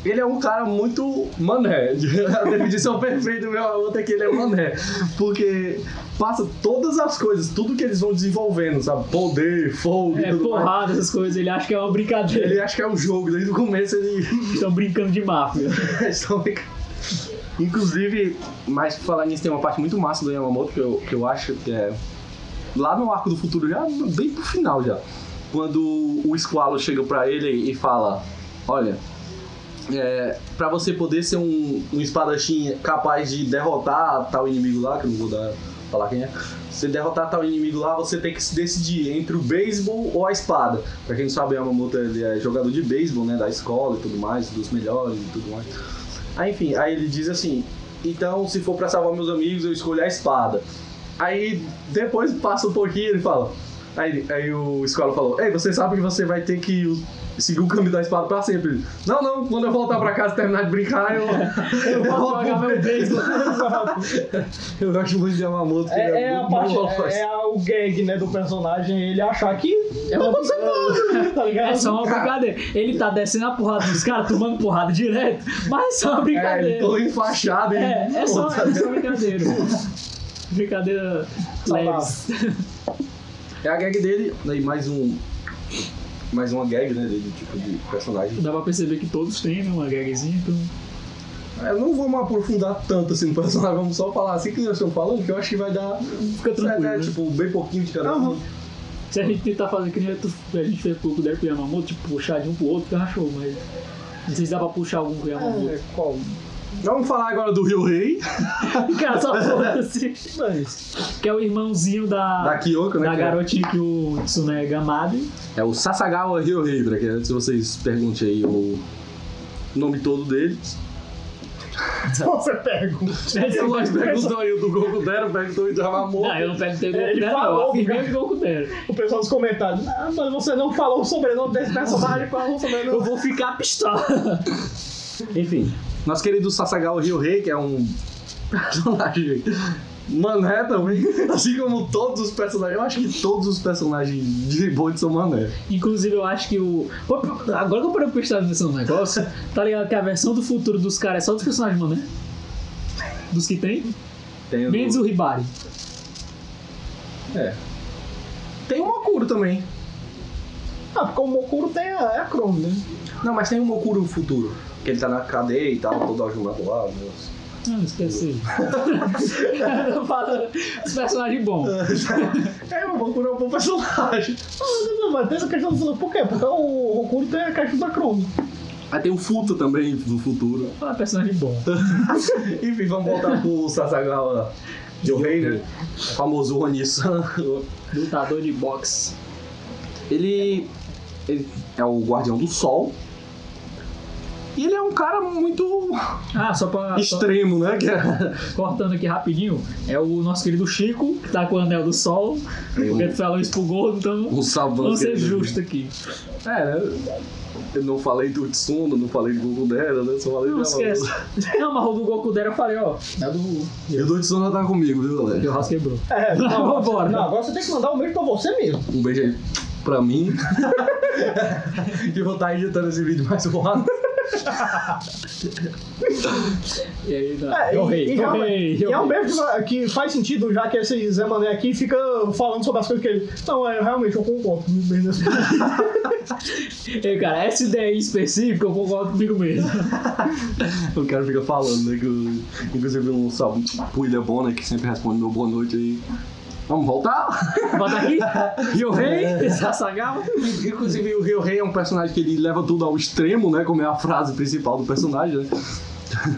[SPEAKER 3] ele é um cara muito mané. A definição perfeita do Yamamoto é que ele é mané. Porque passa todas as coisas, tudo que eles vão desenvolvendo, sabe? Poder, fogo e
[SPEAKER 4] É
[SPEAKER 3] tudo mais.
[SPEAKER 4] porrada, essas coisas. Ele acha que é uma brincadeira.
[SPEAKER 3] Ele acha que é um jogo, desde o começo ele
[SPEAKER 4] Estão brincando de máfia.
[SPEAKER 3] Estão bem- Inclusive, mas pra falar nisso, tem uma parte muito massa do Yamamoto que eu, que eu acho que é. Lá no arco do futuro, já bem pro final já. Quando o Squalo chega pra ele e fala: Olha, é, pra você poder ser um, um espadachim capaz de derrotar tal inimigo lá, que eu não vou dar, falar quem é. Se derrotar tal inimigo lá, você tem que se decidir entre o beisebol ou a espada. Pra quem não sabe, o Yamamoto ele é jogador de beisebol, né? Da escola e tudo mais, dos melhores e tudo mais. Aí, enfim, aí ele diz assim: então, se for pra salvar meus amigos, eu escolho a espada. Aí depois passa um pouquinho ele fala. Aí, aí o escola falou: Ei, você sabe que você vai ter que seguir o caminho da espada pra sempre. Ele, Não, não, quando eu voltar pra casa e terminar de brincar, eu. eu,
[SPEAKER 4] Vou
[SPEAKER 3] volto
[SPEAKER 4] jogar
[SPEAKER 3] pro
[SPEAKER 4] meu beijo.
[SPEAKER 3] Eu gosto muito de Yamamoto. que ele
[SPEAKER 5] É, é a
[SPEAKER 3] muito
[SPEAKER 5] parte,
[SPEAKER 3] monológico.
[SPEAKER 5] é, é o gag, né, do personagem, ele achar que
[SPEAKER 4] É uma
[SPEAKER 5] tá ligado?
[SPEAKER 4] É só uma brincadeira. Ele tá descendo a porrada dos caras, tomando porrada direto, mas é só uma
[SPEAKER 3] É, ele
[SPEAKER 4] brincadeira.
[SPEAKER 3] todo enfaixado. tá ele-
[SPEAKER 4] É, é só, é só brincadeira. Brincadeira
[SPEAKER 3] Tá
[SPEAKER 4] leves.
[SPEAKER 3] É a gag dele, daí mais um. Mais uma gag, né? Dele, tipo, de personagem.
[SPEAKER 4] Dá pra perceber que todos têm né, uma gagzinha, então.
[SPEAKER 3] Eu não vou me aprofundar tanto assim no personagem, vamos só falar assim que nós estamos falando, que eu acho que vai dar.
[SPEAKER 4] Fica tranquilo.
[SPEAKER 3] vai dar,
[SPEAKER 4] né?
[SPEAKER 3] tipo, bem pouquinho de cada um.
[SPEAKER 4] Se a gente tentar fazer que nem tu- a gente fez com o Kudero com o Yamamoto, tipo, puxar de um pro outro, fica show, mas. Não sei se dá pra puxar algum com o Yamamoto.
[SPEAKER 5] É, qual?
[SPEAKER 3] Vamos falar agora do Rio Rei,
[SPEAKER 4] Cara, só foda-se.
[SPEAKER 5] Mas,
[SPEAKER 4] Que é o irmãozinho da.
[SPEAKER 3] da Kyoko, né?
[SPEAKER 4] da
[SPEAKER 3] que é-
[SPEAKER 4] garotinha que o Tsuné é gamado.
[SPEAKER 3] É o Sasagawa Ryohei, pra que se vocês perguntem aí o nome todo dele.
[SPEAKER 5] você pergunta.
[SPEAKER 3] Se nós perguntamos aí o do Goku Dero, perguntamos do Yamamoto.
[SPEAKER 4] Não, é- eu não pego o Goku
[SPEAKER 5] Ele
[SPEAKER 4] Dero, não. Eu
[SPEAKER 5] falou,
[SPEAKER 4] afirmei
[SPEAKER 5] cara.
[SPEAKER 4] o Goku Dero.
[SPEAKER 5] O pessoal nos comentários, ah, mas você não falou o sobrenome desse personagem, falou o sobrenome.
[SPEAKER 4] Eu vou ficar pistola.
[SPEAKER 3] Enfim, nosso querido Sasagawa Ryohei, que é um personagem mané também, assim como todos os personagens. Eu acho que todos os personagens de Bond são mané.
[SPEAKER 4] Inclusive, eu acho que o. Pô, pô, Agora que eu parei pra prestar atenção no negócio, tá ligado que a versão do futuro dos caras é só dos personagens, mano, né? Dos que tem?
[SPEAKER 3] Tem o-
[SPEAKER 4] Menos o Ribari.
[SPEAKER 3] É. Tem o Mokuro também.
[SPEAKER 5] Ah, porque o Mokuro tem a, é a Chrome, né?
[SPEAKER 3] Não, mas tem o Mokuro futuro. Que ele tá na cadeia e tal, todo ajumado lá, meu Deus.
[SPEAKER 4] Ah, esqueci. Não fala Os personagens bons.
[SPEAKER 3] É, o Mokuro é um bom personagem.
[SPEAKER 5] Ah, não, não, mas tem essa questão do por quê? Porque o Mokuro tem a caixa da Chrome.
[SPEAKER 3] Aí tem o Futo também, do futuro.
[SPEAKER 4] Fala personagem bom.
[SPEAKER 3] Enfim, vamos voltar pro Sasagawa Yohei, né? O famoso Ronissan.
[SPEAKER 4] Lutador de boxe.
[SPEAKER 3] Ele, ele é o Guardião do Sol.
[SPEAKER 6] E ele é um cara muito
[SPEAKER 4] Ah, só pra. só-
[SPEAKER 6] extremo, né? Que é-
[SPEAKER 4] Cortando aqui rapidinho, é o nosso querido Chico, que tá com o anel do sol. Porque tu falou isso pro gordo, então
[SPEAKER 3] Um sabão.
[SPEAKER 4] vamos ser
[SPEAKER 3] que-
[SPEAKER 4] justo aqui.
[SPEAKER 3] É, né? Eu não falei do Tsuno, não falei do Google Dera, né? Só falei
[SPEAKER 4] Não
[SPEAKER 3] do
[SPEAKER 4] esquece. Não, mas o do Goku dera eu falei, ó. É do.
[SPEAKER 3] E o do Tsuno tá comigo, viu,
[SPEAKER 4] Que
[SPEAKER 3] galera?
[SPEAKER 4] o House quebrou.
[SPEAKER 5] É,
[SPEAKER 4] Não,
[SPEAKER 5] não,
[SPEAKER 4] vambora.
[SPEAKER 5] não, agora você tem que mandar um beijo pra você mesmo.
[SPEAKER 3] Um beijo aí pra mim.
[SPEAKER 6] que vou estar editando esse vídeo mais um lado.
[SPEAKER 4] E aí,
[SPEAKER 5] É,
[SPEAKER 4] tá. Eu rei, eu
[SPEAKER 5] realmente-
[SPEAKER 4] rei.
[SPEAKER 5] e é um beijo que, que faz sentido, já que esse Zé Mané aqui fica falando sobre as coisas que ele. Não, é, realmente, eu concordo. com o beijo nesse-
[SPEAKER 4] Ei, cara, essa ideia em específico eu concordo comigo mesmo.
[SPEAKER 3] O cara fica falando, né? Que eu, inclusive um salve pro Ilha Bona, que sempre responde meu boa noite aí. Vamos voltar?
[SPEAKER 4] Bota aqui, eu rei, Sassagal.
[SPEAKER 3] Inclusive o Rio Rei é um personagem que ele leva tudo ao extremo, né? Como é a frase principal do personagem, né?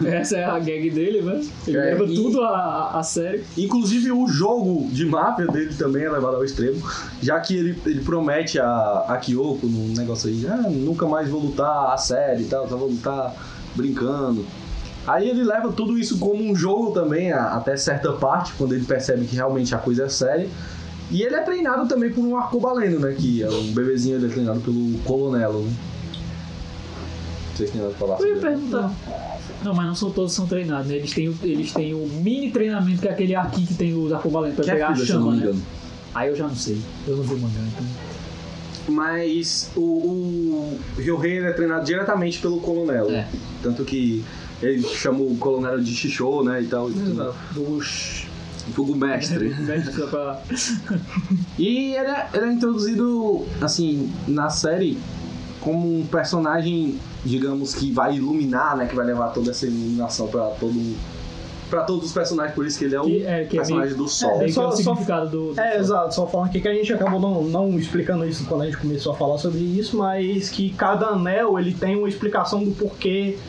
[SPEAKER 4] Essa é a gag dele, né? Ele
[SPEAKER 3] É,
[SPEAKER 4] leva
[SPEAKER 3] e-
[SPEAKER 4] tudo a, a sério.
[SPEAKER 3] Inclusive o jogo de máfia dele também é levado ao extremo, já que ele, ele promete a, a Kyoko num negócio aí, ah, nunca mais vou lutar a série e tal, só vou lutar brincando. Aí ele leva tudo isso como um jogo também, a- até certa parte, quando ele percebe que realmente a coisa é séria. E ele é treinado também por um arcobaleno, né? Que é um bebezinho, ele é treinado pelo Colonelo, né? Não sei se tem nada pra falar
[SPEAKER 4] Eu
[SPEAKER 3] sobre
[SPEAKER 4] ia
[SPEAKER 3] ele.
[SPEAKER 4] perguntar. Não, mas não são todos que são treinados, né? Eles têm, o- eles têm o mini treinamento, que é aquele arquinho que tem o da Covalente pra
[SPEAKER 3] Que é
[SPEAKER 4] pegar a
[SPEAKER 3] filha, se eu não
[SPEAKER 4] chama,
[SPEAKER 3] me
[SPEAKER 4] né?
[SPEAKER 3] engano.
[SPEAKER 4] Aí eu já não sei. Eu não vi o mangá, então.
[SPEAKER 3] Mas o, o Ryohei ele é treinado diretamente pelo Colonel.
[SPEAKER 4] É.
[SPEAKER 3] Tanto que ele chama o Colonel de Shishou, né? E tal. e tudo.
[SPEAKER 4] Dos.
[SPEAKER 3] Fogo
[SPEAKER 4] Uhum.
[SPEAKER 3] mestre.
[SPEAKER 4] Só pra-
[SPEAKER 3] E ele é, ele é introduzido, assim, na série como um personagem, digamos, que vai iluminar, né? Que vai levar toda essa iluminação pra todo para todos os personagens, por isso que ele é o
[SPEAKER 4] Que é, que é meio,
[SPEAKER 3] personagem do sol.
[SPEAKER 4] meio que é
[SPEAKER 5] Só-
[SPEAKER 4] o
[SPEAKER 5] só-
[SPEAKER 4] significado do. do-
[SPEAKER 5] É, exato, só falando aqui que a gente acabou não, não explicando isso quando a gente começou a falar sobre isso, mas que cada anel ele tem uma explicação do porquê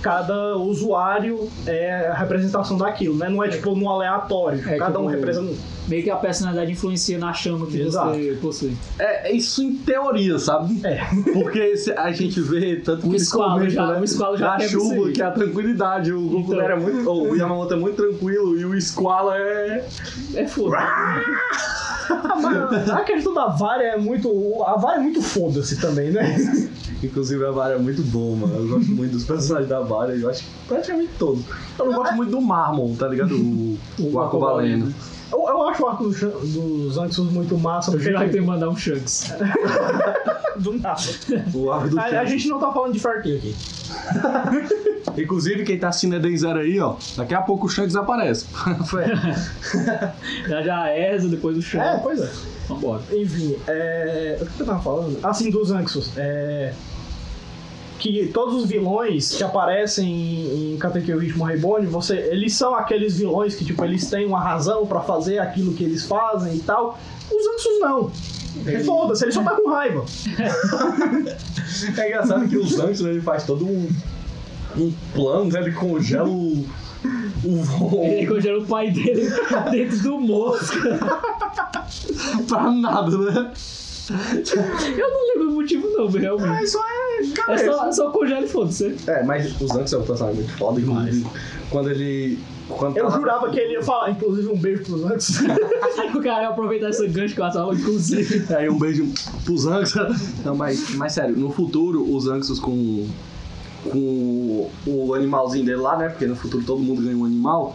[SPEAKER 5] cada usuário é a representação daquilo, né? Não é tipo no aleatório,
[SPEAKER 4] É,
[SPEAKER 5] cada um
[SPEAKER 4] tipo,
[SPEAKER 5] representa.
[SPEAKER 4] Meio que a personalidade influencia na chama que
[SPEAKER 5] Exato.
[SPEAKER 4] você possui.
[SPEAKER 3] É, é isso em teoria, sabe?
[SPEAKER 5] É.
[SPEAKER 3] Porque se- a gente vê tanto que
[SPEAKER 4] O
[SPEAKER 3] eles
[SPEAKER 4] Um esqualo
[SPEAKER 3] comentam,
[SPEAKER 4] já-
[SPEAKER 3] né?
[SPEAKER 4] o esqualo já
[SPEAKER 3] da
[SPEAKER 4] quebra isso
[SPEAKER 3] chuva,
[SPEAKER 4] aí.
[SPEAKER 3] que é a tranquilidade. O Goku
[SPEAKER 4] Então.
[SPEAKER 3] era muito. ou o Yamamoto é muito tranquilo e o esqualo é.
[SPEAKER 4] É foda.
[SPEAKER 5] Ah, mas a questão da vara é muito. A vara é muito foda-se também, né?
[SPEAKER 3] Inclusive a Vara é muito bom, mano. Eu gosto muito dos personagens da Vara, eu acho que praticamente todos. Eu não
[SPEAKER 4] É.
[SPEAKER 3] gosto muito do Marmon, tá ligado? O, o Arcobaleno.
[SPEAKER 5] Eu, eu acho o arco do Shan- dos Anxus muito massa,
[SPEAKER 4] Eu
[SPEAKER 5] porque
[SPEAKER 4] já tenho que mandar um Shanks.
[SPEAKER 5] do nada.
[SPEAKER 3] O Arco do
[SPEAKER 5] A, a
[SPEAKER 3] Tempo.
[SPEAKER 5] gente não tá falando de Far Cry aqui.
[SPEAKER 3] Inclusive, quem tá assistindo Eden Zero aí, ó, daqui a pouco o Shanks aparece.
[SPEAKER 4] Já já erza depois do
[SPEAKER 5] É,
[SPEAKER 4] Shanks.
[SPEAKER 5] pois é.
[SPEAKER 4] Vambora.
[SPEAKER 5] Enfim, é... o que eu tava falando? Assim, dos Anxos. É... Que todos os vilões que aparecem em, em Katekyo Ritmo Reborn, você, eles são aqueles vilões que, tipo, eles têm uma razão pra fazer aquilo que eles fazem e tal. Os Anxos não. Foda-se, eles só tá com raiva.
[SPEAKER 3] É engraçado que o Santos ele faz todo um, um plano, né? ele congela o.
[SPEAKER 4] Ele
[SPEAKER 3] o
[SPEAKER 4] congela o pai dele dentro do mosca.
[SPEAKER 3] pra nada, né?
[SPEAKER 4] Eu não lembro o motivo, não, realmente.
[SPEAKER 3] Isso é.
[SPEAKER 4] É só, é só congela e foda-se.
[SPEAKER 3] É, mas o Zanks é um personagem muito foda, inclusive. Quando ele. Quando tá
[SPEAKER 5] Eu jurava que ele ia falar, inclusive, um beijo pros Anxos.
[SPEAKER 4] O cara ia aproveitar esse gancho que eu tava, inclusive.
[SPEAKER 3] Aí um beijo pro Zanks. Não, mas, mas sério, no futuro, os Zanxos com. com o animalzinho dele lá, né? Porque no futuro todo mundo ganha um animal.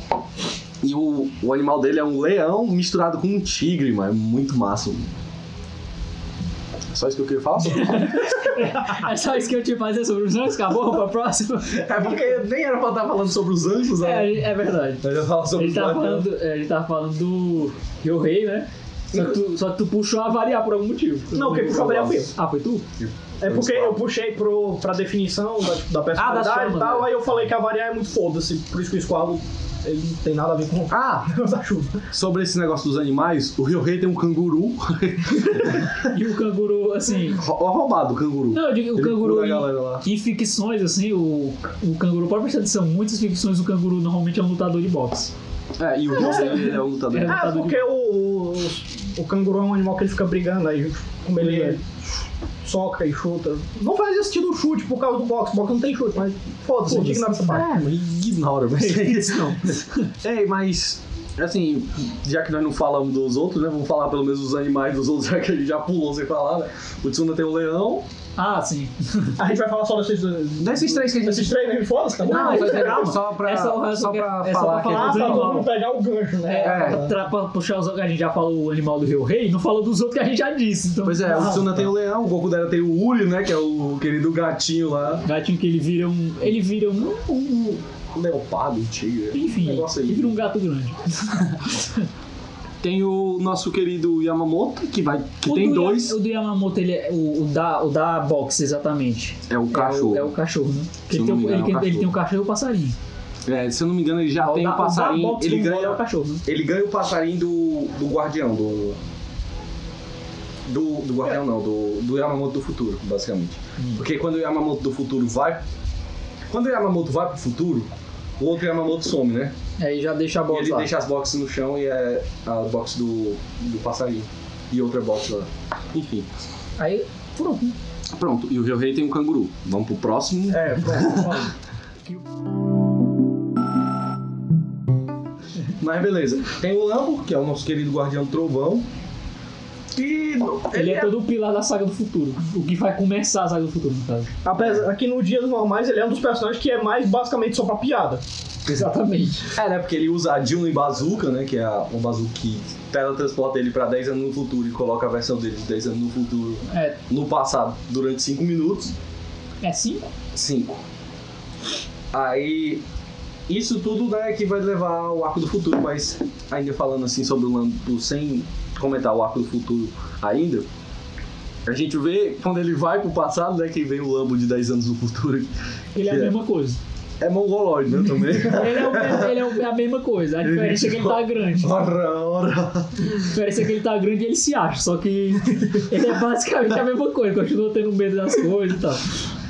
[SPEAKER 3] E o, o animal dele é um leão misturado com um tigre, mano. É muito massa. mano. É Só isso que eu queria falar? sobre isso.
[SPEAKER 4] É só isso que eu tinha que fazer sobre os anos, acabou, pra próxima.
[SPEAKER 3] É porque nem era pra estar falando sobre os Zanxos, né?
[SPEAKER 4] É, é verdade.
[SPEAKER 3] Mas eu falo sobre
[SPEAKER 4] Ele
[SPEAKER 3] os
[SPEAKER 4] tava
[SPEAKER 3] Zanxos.
[SPEAKER 4] falando, é, ele tava falando do Yo Rei, né? Só que, tu, só que tu puxou a variar por algum motivo.
[SPEAKER 5] Não, quem puxou a variar fui eu.
[SPEAKER 4] Ah, foi tu?
[SPEAKER 5] É porque eu puxei pro, pra definição da, tipo, da personalidade
[SPEAKER 4] chama,
[SPEAKER 5] e tal,
[SPEAKER 4] né?
[SPEAKER 5] aí eu falei que a variar é muito foda-se, por isso que o esqualo ele não tem nada a ver com o
[SPEAKER 3] Ah,
[SPEAKER 5] negócio da chuva.
[SPEAKER 3] sobre esse negócio dos animais, o Rio Rei tem um canguru.
[SPEAKER 4] E o canguru, assim.
[SPEAKER 3] Ó, roubado o canguru.
[SPEAKER 4] Não, eu digo o
[SPEAKER 3] Ele
[SPEAKER 4] canguru.
[SPEAKER 3] cura a
[SPEAKER 4] em-
[SPEAKER 3] galera lá.
[SPEAKER 4] Em ficções, assim, o, o canguru, pode prestar atenção, muitas ficções o canguru normalmente é um lutador de boxe.
[SPEAKER 3] É, e o Rio Rei ele é um lutador.
[SPEAKER 7] Ah,
[SPEAKER 4] É.
[SPEAKER 5] É, porque o, o, o canguru é um animal que ele fica brigando aí, como ele soca e chuta. Não fazia sentido o chute por causa do boxe. Boxe não tem chute, mas foda-se,
[SPEAKER 7] Foda-se.
[SPEAKER 5] ignora essa parte.
[SPEAKER 7] É, mas ignora, mas é isso não. Ei, mas. Assim, já que nós não falamos dos outros, né? Vamos falar pelo menos dos animais dos outros, já que a gente já pulou sem falar, né? O Tsuna tem o leão.
[SPEAKER 4] Ah, sim.
[SPEAKER 5] A gente vai falar só desses,
[SPEAKER 7] Desses três que a gente.
[SPEAKER 5] desses três, né? Foda-se, tá bom?
[SPEAKER 7] Não, mas é
[SPEAKER 5] calma.
[SPEAKER 7] só pra,
[SPEAKER 4] Essa é o resto
[SPEAKER 7] só
[SPEAKER 4] que-
[SPEAKER 7] pra
[SPEAKER 4] é só
[SPEAKER 7] falar
[SPEAKER 4] pra
[SPEAKER 7] que-
[SPEAKER 4] falar.
[SPEAKER 5] Ah, pra todo
[SPEAKER 4] Animal.
[SPEAKER 5] mundo pegar o gancho, né?
[SPEAKER 7] É.
[SPEAKER 4] Pra, pra puxar os a gente já falou o animal do Rio Rei, não falou dos outros que a gente já disse. Então,
[SPEAKER 7] Pois é, o Tsuna tem o leão, o Goku dela tem o Uri, né? Que é o querido gatinho lá.
[SPEAKER 4] Gatinho que ele vira um. Ele vira um. um-
[SPEAKER 7] Leopardo, tigre.
[SPEAKER 4] enfim,
[SPEAKER 7] Negócio aí.
[SPEAKER 4] ele vira um gato grande.
[SPEAKER 7] Tem o nosso querido Yamamoto, que, vai, que
[SPEAKER 4] O
[SPEAKER 7] tem
[SPEAKER 4] do Ya-
[SPEAKER 7] dois.
[SPEAKER 4] O do Yamamoto, ele é o, o da, o da box, exatamente.
[SPEAKER 7] É o
[SPEAKER 4] É o-
[SPEAKER 7] cachorro.
[SPEAKER 4] É o, cachorro, né? Porque
[SPEAKER 7] eu
[SPEAKER 4] ele tem,
[SPEAKER 7] não me
[SPEAKER 4] o-
[SPEAKER 7] engano,
[SPEAKER 4] ele,
[SPEAKER 7] é o
[SPEAKER 4] tem- ele
[SPEAKER 7] cachorro.
[SPEAKER 4] tem um cachorro e um passarinho.
[SPEAKER 7] É, se eu não me engano, ele já
[SPEAKER 4] Ah,
[SPEAKER 7] tem
[SPEAKER 4] da-
[SPEAKER 7] o
[SPEAKER 4] da
[SPEAKER 7] passarinho.
[SPEAKER 4] box
[SPEAKER 7] Ele
[SPEAKER 4] do
[SPEAKER 7] ganha, um-
[SPEAKER 4] Moro é o cachorro, né?
[SPEAKER 3] Ele ganha o passarinho do, do guardião, do. Do, do guardião não, do, do Yamamoto do futuro, basicamente.
[SPEAKER 7] Hum.
[SPEAKER 3] Porque quando o Yamamoto do futuro vai. Quando o Yamamoto vai pro futuro, o outro Yamamoto some, né?
[SPEAKER 4] Aí já deixa a
[SPEAKER 3] E
[SPEAKER 7] Então,
[SPEAKER 4] box
[SPEAKER 3] ele
[SPEAKER 7] tá.
[SPEAKER 4] lá.
[SPEAKER 3] deixa as boxes no chão e é a box do, do passarinho. E outra box lá.
[SPEAKER 7] Enfim.
[SPEAKER 4] Aí, pronto.
[SPEAKER 7] Pronto, e o Rei tem um canguru. Vamos pro próximo.
[SPEAKER 5] É, pronto. pronto.
[SPEAKER 3] Mas beleza. Tem o Lambo, que é o nosso querido guardião do trovão. Que
[SPEAKER 4] Ele é todo o pilar da saga do futuro. O que vai começar a saga do futuro, no caso.
[SPEAKER 5] Apesar que no Dias Normais ele é um dos personagens que é mais basicamente só pra piada.
[SPEAKER 4] Exatamente.
[SPEAKER 3] É, né? Porque ele usa a Juno e Bazooka, né? Que é a- uma bazooka que teletransporta ele pra 10 anos no futuro e coloca a versão dele de 10 anos no futuro
[SPEAKER 4] É,
[SPEAKER 3] no passado durante 5 minutos.
[SPEAKER 4] é cinco?
[SPEAKER 3] 5. Aí. Isso tudo né, que vai levar ao Arco do Futuro, mas ainda falando assim sobre o Lambo, sem comentar o Arco do Futuro ainda, a gente vê quando ele vai pro passado, né, que vem o Lambo de 10 anos no futuro.
[SPEAKER 4] Ele é a
[SPEAKER 3] É.
[SPEAKER 4] mesma coisa.
[SPEAKER 3] É mongoloide, né, também.
[SPEAKER 4] Ele é, o mesmo- ele é o- é a mesma coisa. A diferença é que ele tá grande.
[SPEAKER 3] ora, ora.
[SPEAKER 4] A diferença é que ele tá grande e ele se acha. Só que ele é basicamente a mesma coisa. Continua tendo medo das coisas e tal.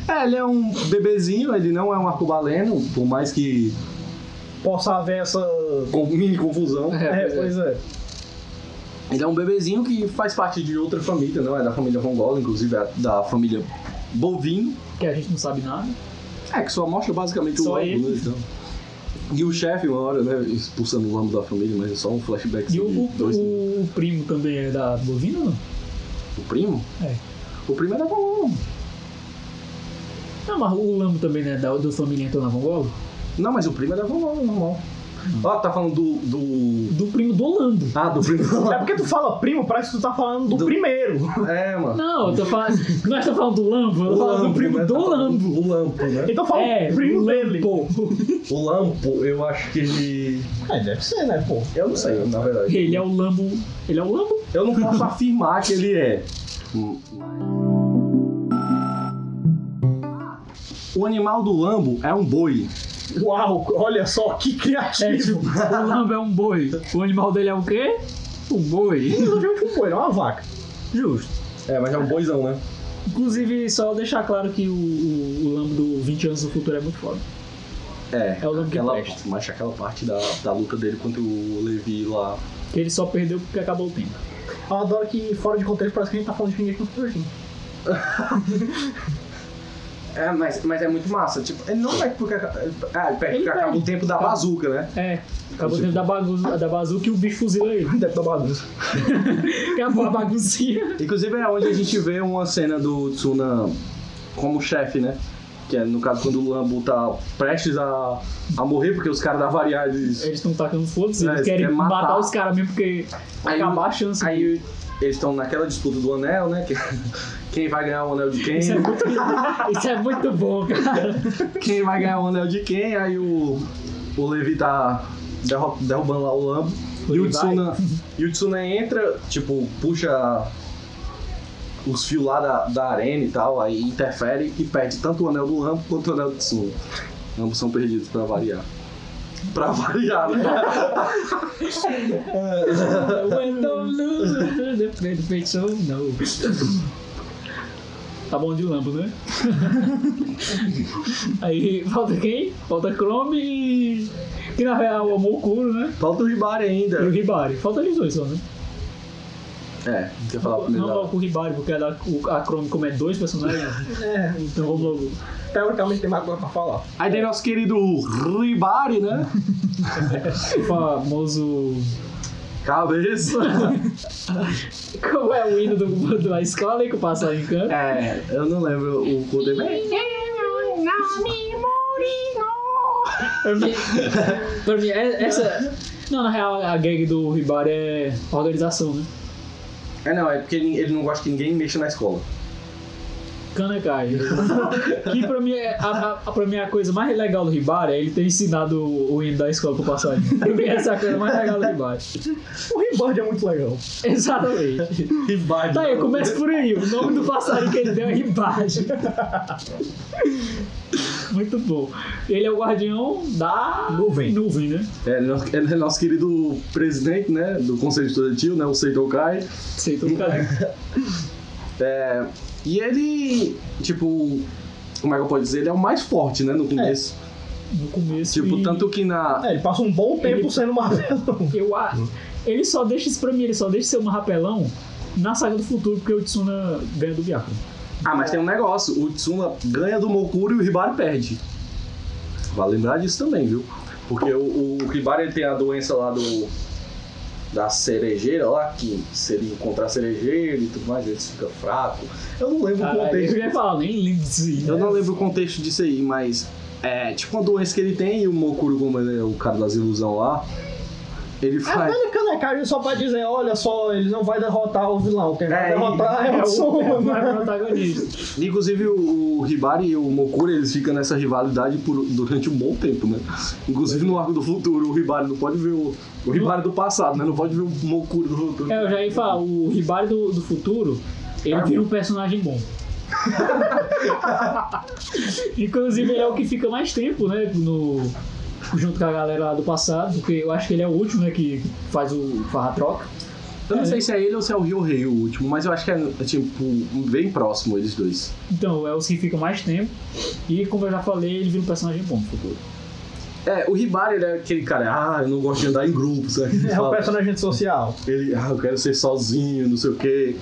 [SPEAKER 3] É, ele é um bebezinho, ele não é um arcobaleno, por mais que
[SPEAKER 5] Possa haver essa.
[SPEAKER 3] com mini confusão.
[SPEAKER 5] É, pois é.
[SPEAKER 3] Ele é um bebezinho que faz parte de outra família, não é da família mongola, inclusive é da família bovino.
[SPEAKER 4] Que a gente não sabe nada.
[SPEAKER 3] É, que só mostra basicamente
[SPEAKER 4] Só
[SPEAKER 3] o
[SPEAKER 4] ele.
[SPEAKER 3] lambo, né, então. E o chefe, uma hora, né, expulsando o lambo da família, mas é só um flashback
[SPEAKER 4] E o,
[SPEAKER 3] de
[SPEAKER 4] o-
[SPEAKER 3] dois...
[SPEAKER 4] o- o primo também é da bovina ou não?
[SPEAKER 3] O primo?
[SPEAKER 4] É.
[SPEAKER 3] O primo é da Mongola.
[SPEAKER 4] Não, mas o Lambo também né, da, do família então na Mongola.
[SPEAKER 3] Não, mas o primo é da Mongola, normal.
[SPEAKER 4] Hum.
[SPEAKER 3] Ó, tá falando do... do...
[SPEAKER 4] Do primo do Lando.
[SPEAKER 3] Ah, do primo.
[SPEAKER 5] É porque tu fala primo, parece que tu tá falando do,
[SPEAKER 3] Do-
[SPEAKER 5] primeiro.
[SPEAKER 3] é, mano.
[SPEAKER 4] Não, eu tô falando. Nós estamos falando do Lambo, eu tô falando do primo
[SPEAKER 3] né, tá
[SPEAKER 4] do
[SPEAKER 3] falando
[SPEAKER 4] Lambo.
[SPEAKER 3] O lampo, né?
[SPEAKER 5] Então fala
[SPEAKER 4] É,
[SPEAKER 5] o primo
[SPEAKER 4] o
[SPEAKER 5] dele.
[SPEAKER 3] O Lampo, eu acho que ele.
[SPEAKER 5] É, deve ser, né, pô?
[SPEAKER 3] Eu não sei, na verdade.
[SPEAKER 4] Ele é o Lambo. Ele é o Lambo?
[SPEAKER 3] Eu não posso afirmar que ele é.
[SPEAKER 4] Hum,
[SPEAKER 3] O animal do Lambo é um boi.
[SPEAKER 5] Uau, olha só que
[SPEAKER 4] É,
[SPEAKER 5] criativo.
[SPEAKER 4] tipo, o Lambo é um boi. O animal dele é o quê? Um boi.
[SPEAKER 5] Não é um boi, não é uma vaca.
[SPEAKER 4] Justo.
[SPEAKER 3] É, mas é um boizão, né?
[SPEAKER 4] Inclusive, só deixar claro que o, o, o Lambo do 20 anos do futuro é muito foda.
[SPEAKER 3] É.
[SPEAKER 4] É o Lambo que
[SPEAKER 3] Aquela,
[SPEAKER 4] presta.
[SPEAKER 3] mas aquela parte da, da luta dele contra o Levi lá.
[SPEAKER 4] Que ele só perdeu porque acabou o tempo.
[SPEAKER 5] Eu adoro que fora de contexto parece que a gente tá falando de Shingeki no Kyojin.
[SPEAKER 3] É, mas, mas é muito massa. Tipo, ele não é porque. Ah, ele perde
[SPEAKER 4] Ele
[SPEAKER 3] porque acaba
[SPEAKER 4] perde.
[SPEAKER 3] o tempo da
[SPEAKER 4] Acaba.
[SPEAKER 3] bazuca, né?
[SPEAKER 4] É. Acabou o tempo da, bagu da bazuca e o bicho fuzila ele.
[SPEAKER 5] Deve dar bagunça.
[SPEAKER 4] Acabou a baguncinha.
[SPEAKER 3] Inclusive é onde a gente vê uma cena do Tsuna como chefe, né? Que é no caso quando o Lambo tá prestes a, a morrer, porque os caras da variedades.
[SPEAKER 4] Eles estão tacando foda-se,
[SPEAKER 3] É,
[SPEAKER 4] eles
[SPEAKER 3] eles
[SPEAKER 4] querem
[SPEAKER 3] querem
[SPEAKER 4] matar.
[SPEAKER 3] matar
[SPEAKER 4] os caras mesmo porque
[SPEAKER 3] Aí-
[SPEAKER 4] acabar a chance.
[SPEAKER 3] Aí eles estão naquela disputa do anel, né? Que- quem vai ganhar o anel de quem?
[SPEAKER 4] Isso é muito, isso é muito bom, cara.
[SPEAKER 3] Quem vai ganhar é o anel de quem? Aí o, o Levi tá derru- derrubando lá o Lambo. E o,
[SPEAKER 4] Ele vai.
[SPEAKER 3] Tsuna, e o Tsuna entra, tipo, puxa os fios lá da, da arena e tal, aí interfere e perde tanto o anel do Lambo quanto o anel do Tsuna. Ambos são perdidos pra variar. Pra variar, né?
[SPEAKER 4] When the blue- the red face, oh, no. Tá bom de lambo, né? Aí falta quem? Falta Chrome e. Que na real amou o Mokuro, né?
[SPEAKER 3] Falta o Ribari
[SPEAKER 4] E o
[SPEAKER 3] ainda.
[SPEAKER 4] Ribari. Falta eles dois só, né?
[SPEAKER 3] É, não quer falar
[SPEAKER 4] Não
[SPEAKER 3] primeiro. da-
[SPEAKER 4] coloca o Ribari, porque a, o- a Chrome, como é dois personagens,
[SPEAKER 5] É,
[SPEAKER 4] então vamos logo.
[SPEAKER 5] teoricamente tem mais coisa pra falar.
[SPEAKER 3] Aí tem nosso querido Ribari, né?
[SPEAKER 4] O famoso.
[SPEAKER 3] Cabeça.
[SPEAKER 4] Como é o hino do, do, da escola aí que o passarinho canta?
[SPEAKER 3] É, eu não lembro o poder.
[SPEAKER 4] Pra mim, pra mim, é- essa. Não, na real, a gag do Ribari é organização, né?
[SPEAKER 3] É, não, é porque ele, ele não gosta que ninguém mexa na escola.
[SPEAKER 4] Cana cai. que pra mim, é, a, a, pra mim a coisa mais legal do Ribari é ele ter ensinado o, o hino da escola pro passarinho. Pra mim, essa é a coisa mais legal do Ribari.
[SPEAKER 5] O Reboard é muito legal.
[SPEAKER 4] Exatamente.
[SPEAKER 3] Ribari.
[SPEAKER 4] Tá aí, começa por aí. O nome do passarinho que ele deu é Ribage. Muito bom. Ele é o guardião da
[SPEAKER 5] Nuvem.
[SPEAKER 4] nuvem né?
[SPEAKER 3] É, ele é nosso- ele é nosso querido presidente, né? Do Conselho Estudantil, né? O Seito Kai.
[SPEAKER 4] Sei todo cara.
[SPEAKER 3] É, e ele, tipo, como é que eu posso dizer? Ele é o mais forte, né? No começo.
[SPEAKER 4] No começo.
[SPEAKER 3] Tipo,
[SPEAKER 4] e
[SPEAKER 3] tanto que na.
[SPEAKER 5] É, ele passa um bom tempo
[SPEAKER 4] Ele-
[SPEAKER 5] sendo marvelão.
[SPEAKER 4] Eu acho. Ele só deixa isso pra mim, ele só deixa ser um rapelão na saga do futuro, porque o Tsuna ganha do Byakuya.
[SPEAKER 3] Ah, mas tem um negócio: o Tsuna ganha do Mokuro e o Ribari perde. Vale lembrar disso também, viu? Porque o, o Ribari ele tem a doença lá do. Da cerejeira lá, que se ele encontrar cerejeira e tudo mais, ele fica fraco. Eu não lembro o
[SPEAKER 4] Caralho,
[SPEAKER 3] contexto.
[SPEAKER 4] eu ia falar, nem lembro disso aí. né?
[SPEAKER 3] Eu não lembro o contexto disso aí, mas é tipo uma doença que ele tem e o Mokuro, como ele é o cara das ilusão lá, ele
[SPEAKER 5] A
[SPEAKER 3] faz.
[SPEAKER 5] velha É, canecagem só pra dizer, olha só, ele não vai derrotar o vilão. Quem vai
[SPEAKER 3] É,
[SPEAKER 5] derrotar é o
[SPEAKER 4] Não
[SPEAKER 5] Soma.
[SPEAKER 4] é protagonista.
[SPEAKER 3] Inclusive o, o Hibari e o Mokuro, eles ficam nessa rivalidade por- durante um bom tempo, né? Inclusive no arco do futuro, o Hibari não pode ver o, o Hibari do passado, né? Não pode ver o Mokuro do futuro.
[SPEAKER 4] É, eu já ia falar, o Ribari do, do futuro, ele vira um personagem bom. Inclusive, ele é o que fica mais tempo, né? No, junto com a galera lá do passado, porque eu acho que ele é o último, né? Que faz o farra troca.
[SPEAKER 3] Eu não sei se é ele ou se é o Ryo Rei o último, mas eu acho que é, tipo, bem próximo eles dois.
[SPEAKER 4] Então, é os que ficam mais tempo. E como eu já falei, ele vira um personagem bom no futuro.
[SPEAKER 3] É, o Hibari, ele é aquele cara, ah, eu não gosto de andar em grupos, né? Ele
[SPEAKER 5] É o
[SPEAKER 3] fala-
[SPEAKER 5] personagem social.
[SPEAKER 3] Ele, ah, eu quero ser sozinho, não sei o quê.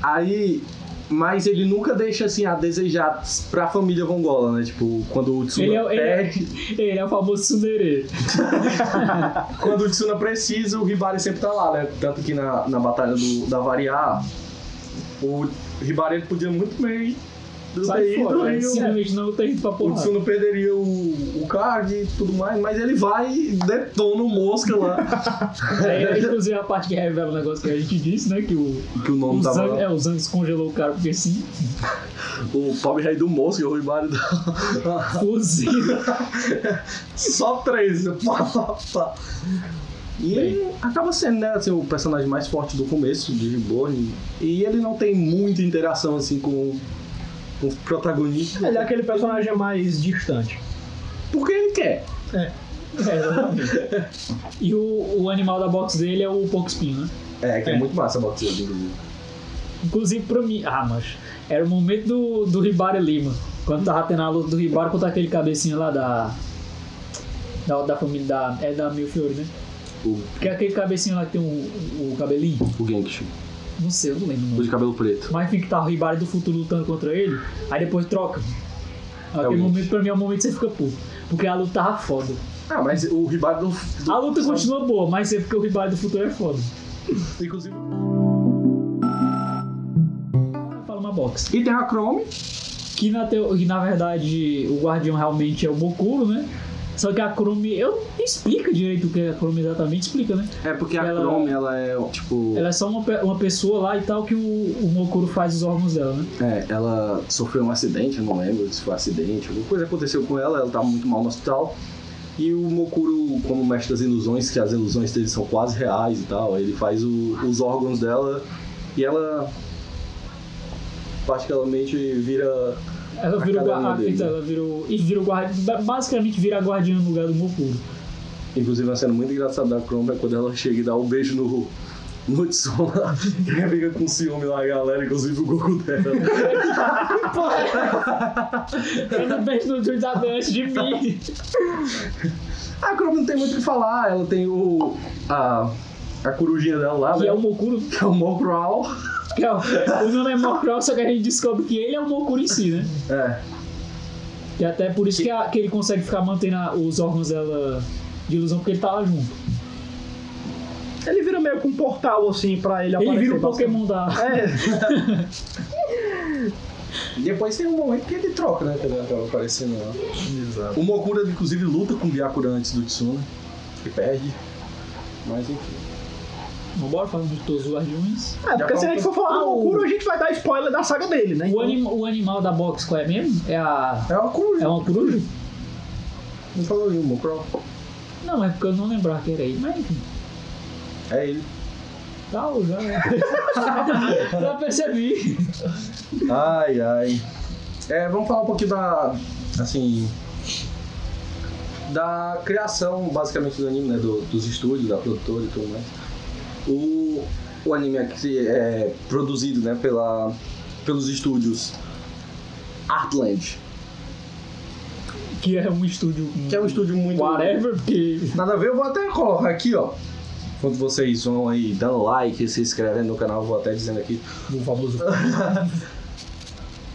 [SPEAKER 3] Aí, mas ele nunca deixa assim a desejar pra família vongola, né? Tipo, quando o Tsuna
[SPEAKER 4] Ele é, o- ele, é,
[SPEAKER 3] perde,
[SPEAKER 4] ele é o famoso Tsundere.
[SPEAKER 3] quando o Tsuna precisa, o Ribari sempre tá lá, né? Tanto que na, na batalha do, da Variar, o Ribari ele podia muito bem do
[SPEAKER 4] Sai
[SPEAKER 3] ter ido,
[SPEAKER 4] fora, é
[SPEAKER 3] aí um,
[SPEAKER 4] ele
[SPEAKER 3] o-
[SPEAKER 4] simplesmente não tem ido pra
[SPEAKER 3] o
[SPEAKER 4] porrada.
[SPEAKER 3] Tsuna perderia o, o card e tudo mais, mas ele vai e detona o Mosca lá.
[SPEAKER 4] É, inclusive a parte que revela o negócio que a gente disse, né? Que o,
[SPEAKER 3] que o nome
[SPEAKER 4] o
[SPEAKER 3] tava
[SPEAKER 4] Zang,
[SPEAKER 3] lá.
[SPEAKER 4] é, o Zang congelou o cara porque sim,
[SPEAKER 3] O pobre rei do Mosca, o Ribari da...
[SPEAKER 4] fuzila.
[SPEAKER 3] Só três. Pá, pá, pá. E ele acaba sendo, né, assim, o personagem mais forte do começo de Reborn. E ele não tem muita interação, assim, com, com o protagonista.
[SPEAKER 5] Ele é aquele personagem mais distante.
[SPEAKER 3] Porque ele quer.
[SPEAKER 4] É, exatamente. E o, o animal da box dele é o Pokespin, né?
[SPEAKER 3] É, que é, muito massa a né? boxe inclusive.
[SPEAKER 4] Inclusive pra mim. Ah, mas. Era o momento do, do Ribari Lima. Quando tava tendo a luta do Ribari contra aquele cabecinha lá da. Da, da família da. É da Milfiori, né?
[SPEAKER 3] O,
[SPEAKER 4] Que é aquele cabecinha lá que tem o, o, o cabelinho.
[SPEAKER 3] o Genkichi,
[SPEAKER 4] Não sei, eu não lembro o
[SPEAKER 3] o
[SPEAKER 4] nome.
[SPEAKER 3] de cabelo preto.
[SPEAKER 4] Mas enfim, que tá o Ribari do futuro lutando contra ele, aí depois troca. Aquele
[SPEAKER 3] Realmente.
[SPEAKER 4] momento pra mim é o momento que você fica puto. Porque a luta tava foda.
[SPEAKER 3] Ah, mas o Ribari do...
[SPEAKER 4] A luta continua boa, mas é porque o Ribari do futuro é foda.
[SPEAKER 3] Inclusive...
[SPEAKER 4] Fala uma box.
[SPEAKER 3] E tem a Chrome.
[SPEAKER 4] Que na, teo- que, na verdade o Guardião realmente é o Bokuro, né? Só que a Chrome. Eu não explica direito o que a Chrome exatamente explica, né?
[SPEAKER 3] É, porque a
[SPEAKER 4] Ela-
[SPEAKER 3] Chrome, ela é, tipo...
[SPEAKER 4] Ela é só uma, pe- uma pessoa lá e tal que o, o Bokuro faz os órgãos dela, né?
[SPEAKER 3] É, ela sofreu um acidente, eu não lembro se foi um acidente, alguma coisa aconteceu com ela, ela tava muito mal no hospital. E o Mokuro, como mestre das ilusões, que as ilusões dele são quase reais e tal, ele faz o- os órgãos dela e ela particularmente vira.
[SPEAKER 4] Ela
[SPEAKER 3] A
[SPEAKER 4] vira o
[SPEAKER 3] cadelinha
[SPEAKER 4] guardião.
[SPEAKER 3] dele.
[SPEAKER 4] Ela virou. E vira o guardião. Basicamente vira a guardiã no lugar do Bokuro.
[SPEAKER 3] Inclusive uma cena muito engraçada da Chrome é quando ela chega e dá um beijo no. No Tsuna, que ela fica com ciúme lá, a galera, inclusive o Goku dela.
[SPEAKER 4] Eu não beijo no Jordan antes de mim.
[SPEAKER 3] A Chrome não tem muito o que falar, ela tem o. A, a corujinha dela lá,
[SPEAKER 4] Que é
[SPEAKER 3] né?
[SPEAKER 4] o Mokuro.
[SPEAKER 3] Que é o Mokral.
[SPEAKER 4] Que é o, o nome é Mokuro, só que a gente descobre que ele é o Mokuro em si, né?
[SPEAKER 3] É.
[SPEAKER 4] E até por isso que, a- que ele consegue ficar mantendo a- os órgãos dela de ilusão, porque ele tá lá junto.
[SPEAKER 5] Ele vira meio que um portal, assim, pra ele
[SPEAKER 4] Ele
[SPEAKER 5] aparecer.
[SPEAKER 4] vira o
[SPEAKER 5] bastante.
[SPEAKER 4] Pokémon da.
[SPEAKER 5] É,
[SPEAKER 3] E depois tem um momento que ele troca, né? Que ele acaba aparecendo lá. Exato. O Mokura, inclusive, luta com o Byakura antes do Tsuna. E perde. Mas enfim.
[SPEAKER 4] Vambora, falando de todos os guardiões.
[SPEAKER 5] é, porque se a gente for falar
[SPEAKER 4] Ah,
[SPEAKER 5] do
[SPEAKER 4] o-
[SPEAKER 5] Mokuro, a gente vai dar spoiler da saga dele, né?
[SPEAKER 4] O, anim- o animal da box qual é mesmo? É a.
[SPEAKER 3] É uma coruja.
[SPEAKER 4] É uma coruja?
[SPEAKER 3] Não falou nenhum, Mokral.
[SPEAKER 4] Não, é porque eu não lembrava que era ele, mas enfim.
[SPEAKER 3] É ele.
[SPEAKER 4] Tá, já. já percebi.
[SPEAKER 3] Ai, ai. É, vamos falar um pouquinho da. Assim. Da criação, basicamente, do anime, né? do- dos estúdios, da produtora e tudo mais. O, o anime aqui é produzido, né? Pela, pelos estúdios Artland,
[SPEAKER 4] Que é um estúdio.
[SPEAKER 3] que é um estúdio muito.
[SPEAKER 4] Whatever, porque.
[SPEAKER 3] Nada a ver, eu vou até colocar aqui, ó. Enquanto vocês vão aí dando like, se inscrevendo no canal, eu vou até dizendo aqui.
[SPEAKER 4] O famoso.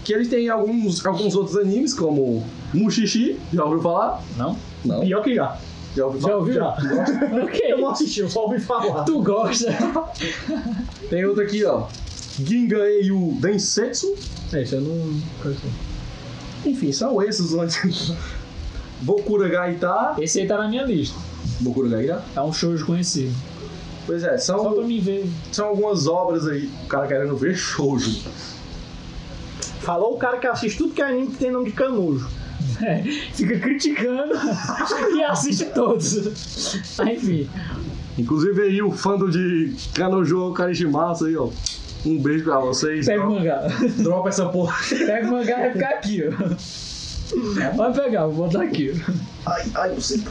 [SPEAKER 3] Que eles têm alguns, alguns outros animes, como Mushishi, já ouviu falar?
[SPEAKER 4] Não?
[SPEAKER 3] Não.
[SPEAKER 5] Pior que já.
[SPEAKER 3] Já ouviu
[SPEAKER 4] Já
[SPEAKER 3] falar?
[SPEAKER 4] ouviu? ok.
[SPEAKER 5] Eu não assisti, eu só ouvi falar.
[SPEAKER 4] Tu gosta?
[SPEAKER 3] Tem outro aqui, ó. Ginga e o Densetsu.
[SPEAKER 5] É, isso eu não...
[SPEAKER 3] Enfim, são esses onde. Bokura Gaita.
[SPEAKER 4] Esse aí tá na minha lista.
[SPEAKER 3] Bokura Gaita?
[SPEAKER 4] É um show conhecido.
[SPEAKER 3] Pois é,
[SPEAKER 4] Só pra
[SPEAKER 3] são,
[SPEAKER 4] mim ver.
[SPEAKER 3] são algumas obras aí. O cara querendo ver shoujo.
[SPEAKER 5] Falou o cara que assiste tudo que é anime que tem nome de canojo.
[SPEAKER 4] É, fica criticando e assiste todos. Ah, enfim.
[SPEAKER 3] Inclusive aí o fando de Kanojo Karishimasu aí, ó. Um beijo pra vocês. tá?
[SPEAKER 4] Pega o
[SPEAKER 3] Dropa,
[SPEAKER 4] mangá.
[SPEAKER 3] dropa um essa porra.
[SPEAKER 4] Pega o mangá e vai ficar aqui, ó. Vai pegar, vou botar aqui.
[SPEAKER 3] Ai, ai, eu sinto.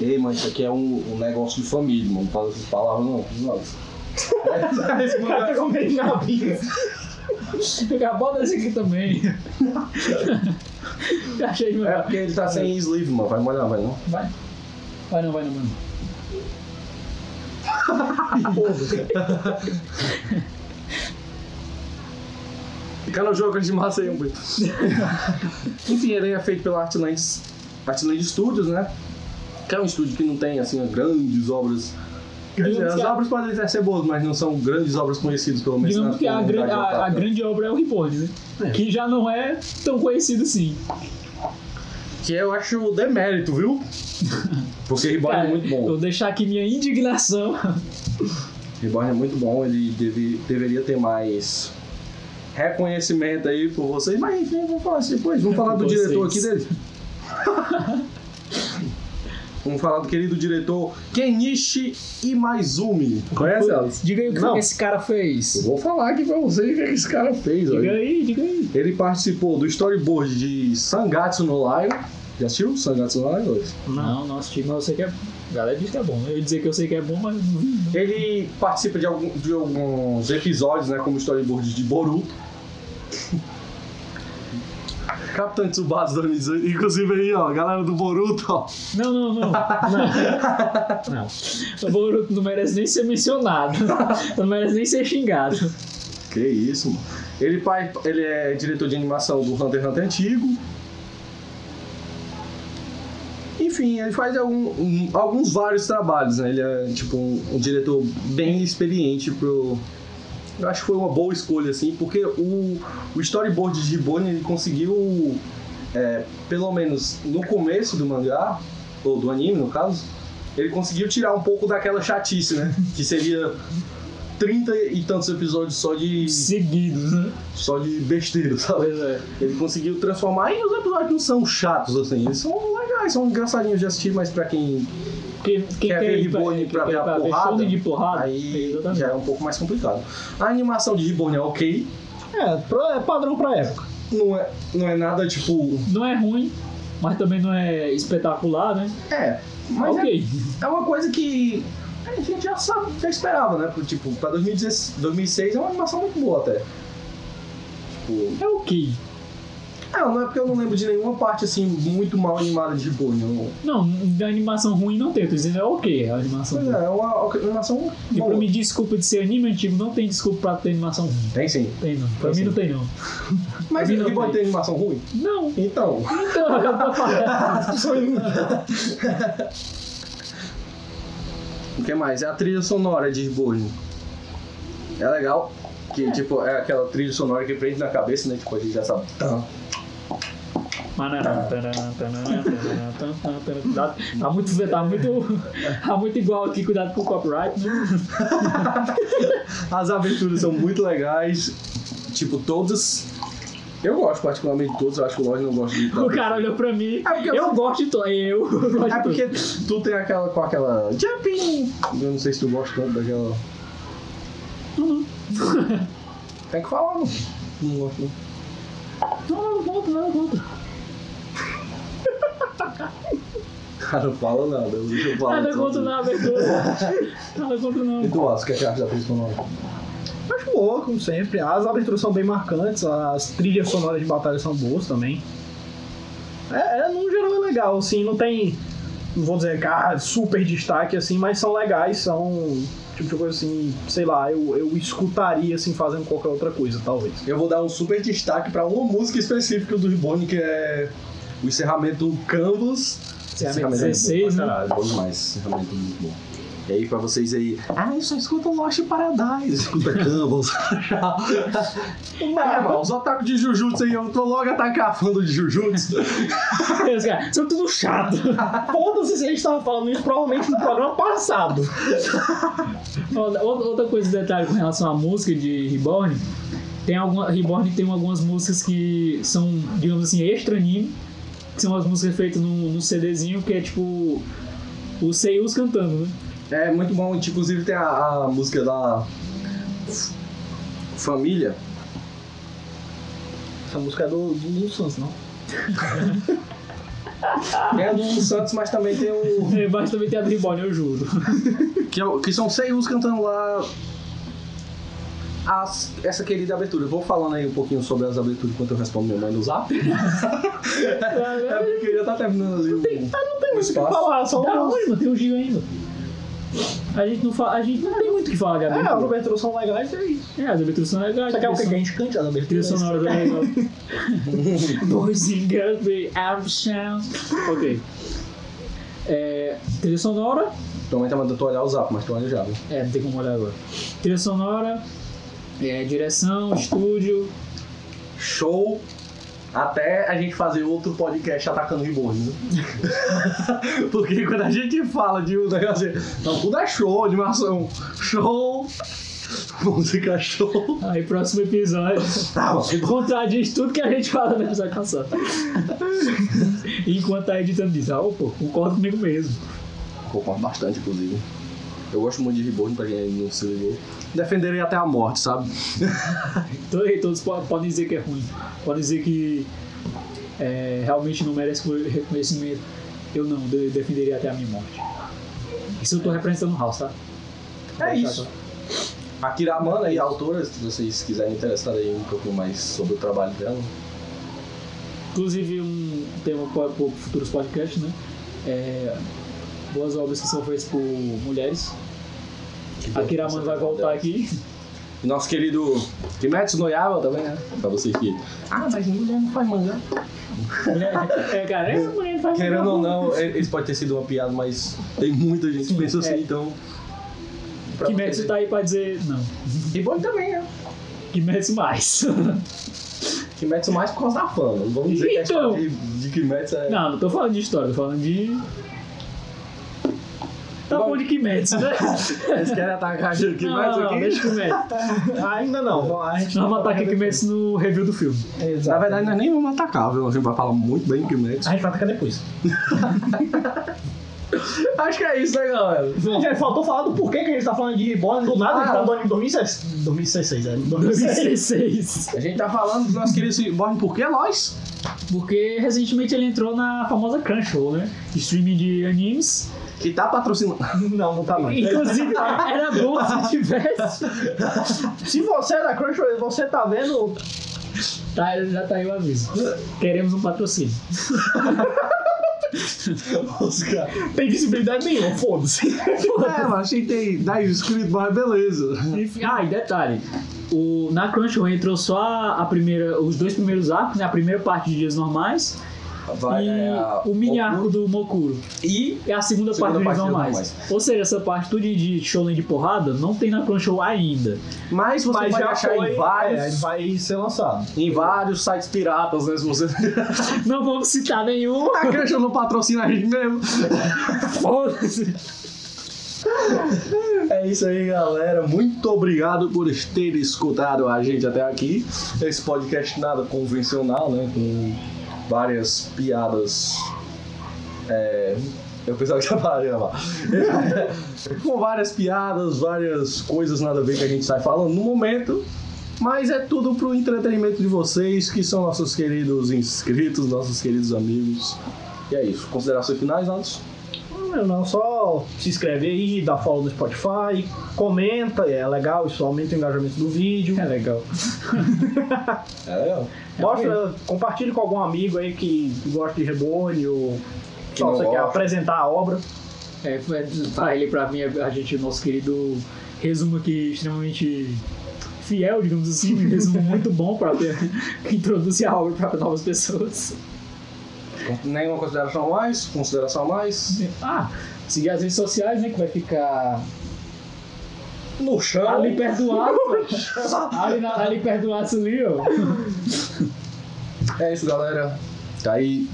[SPEAKER 3] Ei, mano, isso aqui é um, um negócio de família, mano. Não fala essas palavras, não. Não. Esse
[SPEAKER 5] O cara
[SPEAKER 3] mangá-
[SPEAKER 5] pegou meio na vida.
[SPEAKER 4] Pegar, bota esse aqui também. Já achei de
[SPEAKER 3] É
[SPEAKER 4] mangá.
[SPEAKER 3] porque ele tá sem sleeve, mano. Vai molhar, vai não.
[SPEAKER 4] Vai. Vai não, vai não, mano.
[SPEAKER 3] Cara, o jogo é de massa aí, um beijo. Enfim, ele é feito pela Artland, Artland Studios, né? Que é um estúdio que não tem, assim, grandes obras. Quer dizer,
[SPEAKER 4] Digamos
[SPEAKER 3] as
[SPEAKER 4] que a-
[SPEAKER 3] obras podem até ser boas, mas não são grandes obras conhecidas, pelo menos. né?
[SPEAKER 4] Digamos
[SPEAKER 3] na
[SPEAKER 4] que a, gran-
[SPEAKER 3] comunidade
[SPEAKER 4] a- a
[SPEAKER 3] otaku.
[SPEAKER 4] grande obra é o Reborn, né? Que já não é tão conhecido assim.
[SPEAKER 3] Que eu acho o demérito, viu? Porque Reborn
[SPEAKER 4] Cara,
[SPEAKER 3] é muito
[SPEAKER 4] Eu
[SPEAKER 3] bom.
[SPEAKER 4] vou deixar aqui minha indignação.
[SPEAKER 3] Reborn é muito bom, ele deve- deveria ter mais reconhecimento aí por vocês. Mas enfim, vamos falar isso depois. Vamos falar do
[SPEAKER 4] É Por
[SPEAKER 3] diretor aqui
[SPEAKER 4] vocês.
[SPEAKER 3] dele. vamos falar do querido diretor Kenichi Imaizumi. Conhece elas?
[SPEAKER 4] Diga aí o que
[SPEAKER 3] Não.
[SPEAKER 4] foi que esse cara fez.
[SPEAKER 3] Eu vou falar aqui pra vocês o que esse cara fez.
[SPEAKER 4] Diga
[SPEAKER 3] Olha.
[SPEAKER 4] aí, diga aí.
[SPEAKER 3] Ele participou do storyboard de Sangatsu no Lion. Já assistiu Sangatsu no Lion? Luiz?
[SPEAKER 4] Não, nosso time, mas eu sei que é. A galera diz que é bom. Eu ia dizer que eu sei que é bom, mas não vi. não.
[SPEAKER 3] Ele participa de, algum- de alguns episódios, né? Como storyboard de Boruto. Capitão Tsubasa 2018. Inclusive aí, ó, galera do Boruto, ó.
[SPEAKER 4] Não, não, não. Não. O Boruto não merece nem ser mencionado. Não merece nem ser xingado.
[SPEAKER 3] Que isso, mano. Ele, pai- ele é diretor de animação do Hunter x Hunter antigo. Enfim, ele faz algum- um- alguns vários trabalhos, né? Ele é, tipo, um, um diretor bem experiente pro... Eu acho que foi uma boa escolha, assim, porque o, o storyboard de Gibbon, ele conseguiu, é, pelo menos no começo do mangá, ou do anime, no caso, ele conseguiu tirar um pouco daquela chatice, né? Que seria 30 e tantos episódios só de
[SPEAKER 4] Seguidos, né?
[SPEAKER 3] só de besteira, sabe?
[SPEAKER 4] Pois é.
[SPEAKER 3] Ele conseguiu transformar e os episódios não são chatos, assim. Eles são legais, são engraçadinhos de assistir, mas pra quem.
[SPEAKER 4] Quem, quem
[SPEAKER 3] Quer
[SPEAKER 4] quer
[SPEAKER 3] ver
[SPEAKER 4] ir pra,
[SPEAKER 3] Reborn
[SPEAKER 4] quem
[SPEAKER 3] pra
[SPEAKER 4] quer
[SPEAKER 3] ver a
[SPEAKER 4] pra
[SPEAKER 3] porrada?
[SPEAKER 4] shonen de porrada?
[SPEAKER 3] Aí
[SPEAKER 4] Exatamente.
[SPEAKER 3] já é um pouco mais complicado. A animação de Reborn é ok.
[SPEAKER 5] É, pra- é padrão pra época.
[SPEAKER 3] Não é, não é nada tipo.
[SPEAKER 4] Não é ruim, mas também não é espetacular, né?
[SPEAKER 3] É, mas
[SPEAKER 4] ok.
[SPEAKER 3] é, é uma coisa que. A gente já sabe, já esperava, né? Porque, Tipo, pra 2016, 2006 é uma animação muito boa até. Tipo,
[SPEAKER 4] É, ok.
[SPEAKER 3] Não, não é porque eu não lembro de nenhuma parte assim muito mal animada de Ribone. Eu-
[SPEAKER 4] Não, da animação ruim não tem, eu tô dizendo é ok a animação
[SPEAKER 3] Pois
[SPEAKER 4] ruim.
[SPEAKER 3] é, é uma uma animação
[SPEAKER 4] E pra
[SPEAKER 3] boa.
[SPEAKER 4] me desculpa de ser anime antigo, não tem desculpa pra ter animação ruim.
[SPEAKER 3] Tem sim.
[SPEAKER 4] Tem não, pra mim não tem não.
[SPEAKER 3] Mas
[SPEAKER 4] Pra mim não
[SPEAKER 3] Ribone
[SPEAKER 4] tem.
[SPEAKER 3] tem animação ruim?
[SPEAKER 4] Não,
[SPEAKER 3] Então.
[SPEAKER 4] então, eu tô falando.
[SPEAKER 3] O que mais? É a trilha sonora de Esbolho. É legal. Que, tipo, é aquela trilha sonora que prende na cabeça, né? Tipo, a gente já sabe. Tá.
[SPEAKER 4] Manará, tará, tará, tará, tará, tará. Cuidado. Tá muito, tá muito, tá muito igual aqui, cuidado com o copyright. né?
[SPEAKER 3] As aventuras são muito legais. Tipo, todas... Eu gosto particularmente de todas. Eu acho que o Lodge não gosta de...
[SPEAKER 4] O cara olhou pra mim,
[SPEAKER 3] Tá É porque eu-
[SPEAKER 4] eu gosto de to- eu gosto de
[SPEAKER 3] É
[SPEAKER 4] to-
[SPEAKER 3] porque tu tem aquela... Com aquela... Jumping! Eu não sei se tu gosta tanto daquela... Tem que falar, não. Uhum. Não gosto, não.
[SPEAKER 4] Não, não, volta, não, volta.
[SPEAKER 3] Cara, não fala nada. Deixa eu falar.
[SPEAKER 4] Nada contra não, abertura. Nada contra não.
[SPEAKER 3] E tu, Atos, o que é que acha da trilha sonora?
[SPEAKER 5] Acho boa, como sempre. As aberturas são bem marcantes, as trilhas sonoras de batalha são boas também. É, é, no geral é legal, assim, não tem. Não vou dizer que ah, super destaque, assim, mas são legais, são. Tipo de coisa assim, sei lá, eu, eu escutaria assim fazendo qualquer outra coisa, talvez.
[SPEAKER 3] Eu vou dar um super destaque pra uma música específica do Ribone, que é o encerramento Canvas.
[SPEAKER 4] Encerramento
[SPEAKER 3] é bom
[SPEAKER 4] 16,
[SPEAKER 3] pra
[SPEAKER 4] né?
[SPEAKER 3] caralho, bom demais, esse encerramento é muito bom. E aí, pra vocês aí, ah, eu só escuto Lost Paradise, escuta Canvas. ah, mano, os ataques de Jujutsu aí, eu tô logo atacar falando de Jujutsu.
[SPEAKER 4] Os caras, são é tudo chato.
[SPEAKER 5] Foda-se se a gente tava falando isso provavelmente no programa passado.
[SPEAKER 4] Outra- Outra coisa de detalhe com relação à música de Reborn, tem alguma, Reborn tem algumas músicas que são, digamos assim, extra anime, que são as músicas feitas num, num CDzinho que é tipo os Seiyus cantando, né?
[SPEAKER 3] é muito bom, tipo, inclusive tem a, a música da família.
[SPEAKER 5] Essa música é do, do Lulu Santos, não?
[SPEAKER 3] É a do Santos, mas também tem o
[SPEAKER 4] É, Mas também tem a do Reborn, eu juro.
[SPEAKER 3] Que, é o- que são Seiyus cantando lá as- essa querida abertura. Eu vou falando aí um pouquinho sobre as aberturas enquanto eu respondo minha mãe no zap. é porque já tá terminando ali o, o
[SPEAKER 5] Tem que
[SPEAKER 3] espaço.
[SPEAKER 5] falar, só
[SPEAKER 4] Tá
[SPEAKER 5] umas-
[SPEAKER 4] onde, mano? Tem um Gil ainda. A gente não fala, a gente não tem muito o que falar,
[SPEAKER 5] É, as
[SPEAKER 4] Gabi.
[SPEAKER 5] aberturas são legais, é isso.
[SPEAKER 4] É, as aberturas são legais.
[SPEAKER 5] Você quer o que que a
[SPEAKER 4] trilha
[SPEAKER 5] gente cante as
[SPEAKER 4] son- Trilha
[SPEAKER 5] aberturas?
[SPEAKER 4] sonora da legal. Boys and girls, we have chance. Ok. É, trilha sonora,
[SPEAKER 3] Tua mãe tá mandando tu olhar o zap, mas tu olha já. viu?
[SPEAKER 4] É, não tem como olhar agora. Trilha sonora, é, direção, estúdio.
[SPEAKER 3] Show! Até a gente fazer outro podcast atacando reborn, né? Porque quando a gente fala de um negócio assim, não, tudo é show, animação. Show! Música show!
[SPEAKER 4] Aí, próximo episódio.
[SPEAKER 3] Tá, mano.
[SPEAKER 4] Contradiz tudo que a gente fala no episódio passado. Enquanto tá editando, diz: Ah, ô, pô, concordo comigo mesmo.
[SPEAKER 3] Concordo bastante, inclusive. Eu gosto muito de Reborn, pra quem não se ligou. Defenderei até a morte, sabe?
[SPEAKER 4] Todos, todos po- podem dizer que é ruim. Podem dizer que é, realmente não merece co- reconhecimento. Eu não, de- defenderia até a minha morte. Isso eu tô representando o House, tá?
[SPEAKER 3] É isso. A
[SPEAKER 4] É
[SPEAKER 3] Kiramana e a autora, se vocês quiserem interessar aí um pouquinho mais sobre o trabalho dela.
[SPEAKER 4] Inclusive, um tema para futuros podcasts, né? É, boas obras que são feitas por mulheres. A Kiraman vai voltar aqui.
[SPEAKER 3] E nosso querido Kimetsu no Yaiba também, né? Pra você que... Ah, mas mulher não faz mangá.
[SPEAKER 4] Mulher- é, cara, é mulher vai
[SPEAKER 3] Querendo ou não, é- isso pode ter sido uma piada, mas tem muita gente que pensa assim,
[SPEAKER 4] é.
[SPEAKER 3] então... pra
[SPEAKER 4] Kimetsu
[SPEAKER 3] você-
[SPEAKER 4] tá aí pra dizer não.
[SPEAKER 3] Reborn também, né?
[SPEAKER 4] Kimetsu mais.
[SPEAKER 3] Kimetsu mais por causa da fama. Não Vamos dizer
[SPEAKER 4] Então.
[SPEAKER 3] que a história de, de Kimetsu é...
[SPEAKER 4] não, não tô falando de história, tô falando de. Tá bom, de Kimetsu, né?
[SPEAKER 3] Eles querem atacar a gente.
[SPEAKER 4] Não, não,
[SPEAKER 3] Kimetsu
[SPEAKER 4] não,
[SPEAKER 3] aqui...
[SPEAKER 4] deixa o Kimetsu.
[SPEAKER 5] Ainda não, Então, a gente
[SPEAKER 4] Nós vamos atacar
[SPEAKER 5] aqui
[SPEAKER 4] Kimetsu no review do filme.
[SPEAKER 3] Na verdade, nós nem vamos atacar, viu? A gente vai falar muito bem do Kimetsu.
[SPEAKER 5] A gente vai atacar depois.
[SPEAKER 3] Acho que é isso, né, galera?
[SPEAKER 5] Gente, faltou falar do porquê que a gente tá falando de Reborn do nada, a gente
[SPEAKER 3] Ah.
[SPEAKER 5] tá falando de 2006. 2006, é. 2006.
[SPEAKER 4] 2016.
[SPEAKER 3] A gente tá falando do nosso querido Cyborg porque é nós.
[SPEAKER 4] Porque recentemente ele entrou na famosa Crunchyroll, né? Streaming de animes.
[SPEAKER 3] Que tá patrocinando.
[SPEAKER 5] Não, não tá
[SPEAKER 3] É,
[SPEAKER 5] mais.
[SPEAKER 4] Inclusive, era bom se tivesse.
[SPEAKER 5] Se você é da Crunchyroll, você tá vendo
[SPEAKER 4] Tá, já tá aí o aviso. Queremos um patrocínio.
[SPEAKER 5] Tem visibilidade nenhuma, foda-se.
[SPEAKER 3] É, mas achei que tem 10 inscritos, mas beleza.
[SPEAKER 4] Enfim, ah, e detalhe. O, na Crunchyroll entrou só a, a primeira, os dois primeiros arcos, né? A primeira parte de Dias Normais
[SPEAKER 8] Vai,
[SPEAKER 4] e
[SPEAKER 8] é, a-
[SPEAKER 4] o mini arco do Mokuro. E é a segunda, parte
[SPEAKER 8] parte de
[SPEAKER 4] de Dias
[SPEAKER 8] Dias
[SPEAKER 4] Normais. Ou seja, essa parte tudo de shonen de porrada não tem na Crunchyroll ainda.
[SPEAKER 3] Mas você
[SPEAKER 5] Mas
[SPEAKER 3] vai
[SPEAKER 5] já
[SPEAKER 3] achar
[SPEAKER 5] foi,
[SPEAKER 3] em vários,
[SPEAKER 5] é, vai ser lançado.
[SPEAKER 3] em vários sites piratas, né? Se você.
[SPEAKER 4] Não vamos citar nenhum.
[SPEAKER 3] A Crunchyroll Tá, não patrocina a gente mesmo.
[SPEAKER 4] Foda-se.
[SPEAKER 3] É isso aí, galera. Muito obrigado por ter escutado a gente até aqui. Esse podcast nada convencional, né? Com várias piadas. É. Eu pensava que já parei lá. Com várias piadas, várias coisas nada a ver que a gente sai falando no momento. Mas é tudo pro entretenimento de vocês, que são nossos queridos inscritos, nossos queridos amigos. E é isso. Considerações finais, Alves?
[SPEAKER 5] Não, não, só se inscreve aí, dá follow no Spotify, comenta, é legal, isso aumenta o engajamento do vídeo.
[SPEAKER 4] É legal.
[SPEAKER 8] É legal.
[SPEAKER 5] Mostra, compartilhe com algum amigo aí que gosta de Reborn ou
[SPEAKER 8] Que
[SPEAKER 5] só
[SPEAKER 8] não
[SPEAKER 5] você quer
[SPEAKER 8] gosta.
[SPEAKER 5] apresentar a obra.
[SPEAKER 4] É, foi- pra ele, pra mim, a gente, nosso querido resumo aqui extremamente fiel, digamos assim, um resumo muito bom pra ter, que introduz a obra pra novas pessoas.
[SPEAKER 8] Nenhuma consideração a mais? Consideração a mais?
[SPEAKER 4] Ah, seguir as redes sociais, né, que vai ficar
[SPEAKER 8] No chão.
[SPEAKER 4] ali perto do Atlas, ali, na- ali perto do Atlas ali, ó.
[SPEAKER 8] É isso, galera. Tá aí.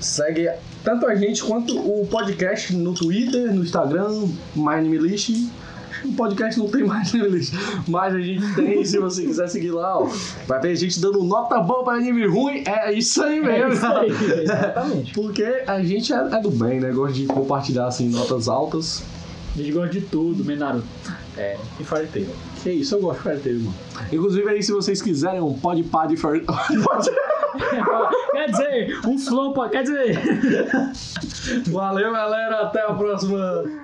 [SPEAKER 8] Segue tanto a gente quanto o podcast no Twitter, no Instagram, MindMilish.
[SPEAKER 3] O podcast não tem mais neles, mas a gente tem, se você quiser seguir lá, ó. Vai ter gente dando nota boa pra anime ruim, é isso aí mesmo.
[SPEAKER 4] É isso aí.
[SPEAKER 5] Exatamente.
[SPEAKER 3] Porque a gente é, é do bem, né? Gosta de compartilhar, assim, notas altas.
[SPEAKER 4] A gente gosta de tudo, Menaru.
[SPEAKER 5] E fareteiro.
[SPEAKER 3] Que isso, eu gosto de Fairy Tail, mano. Inclusive, aí, se vocês quiserem, um pode pá de Fairy
[SPEAKER 4] Quer dizer, um flow, pra- quer dizer...
[SPEAKER 3] Valeu, galera. Até a próxima.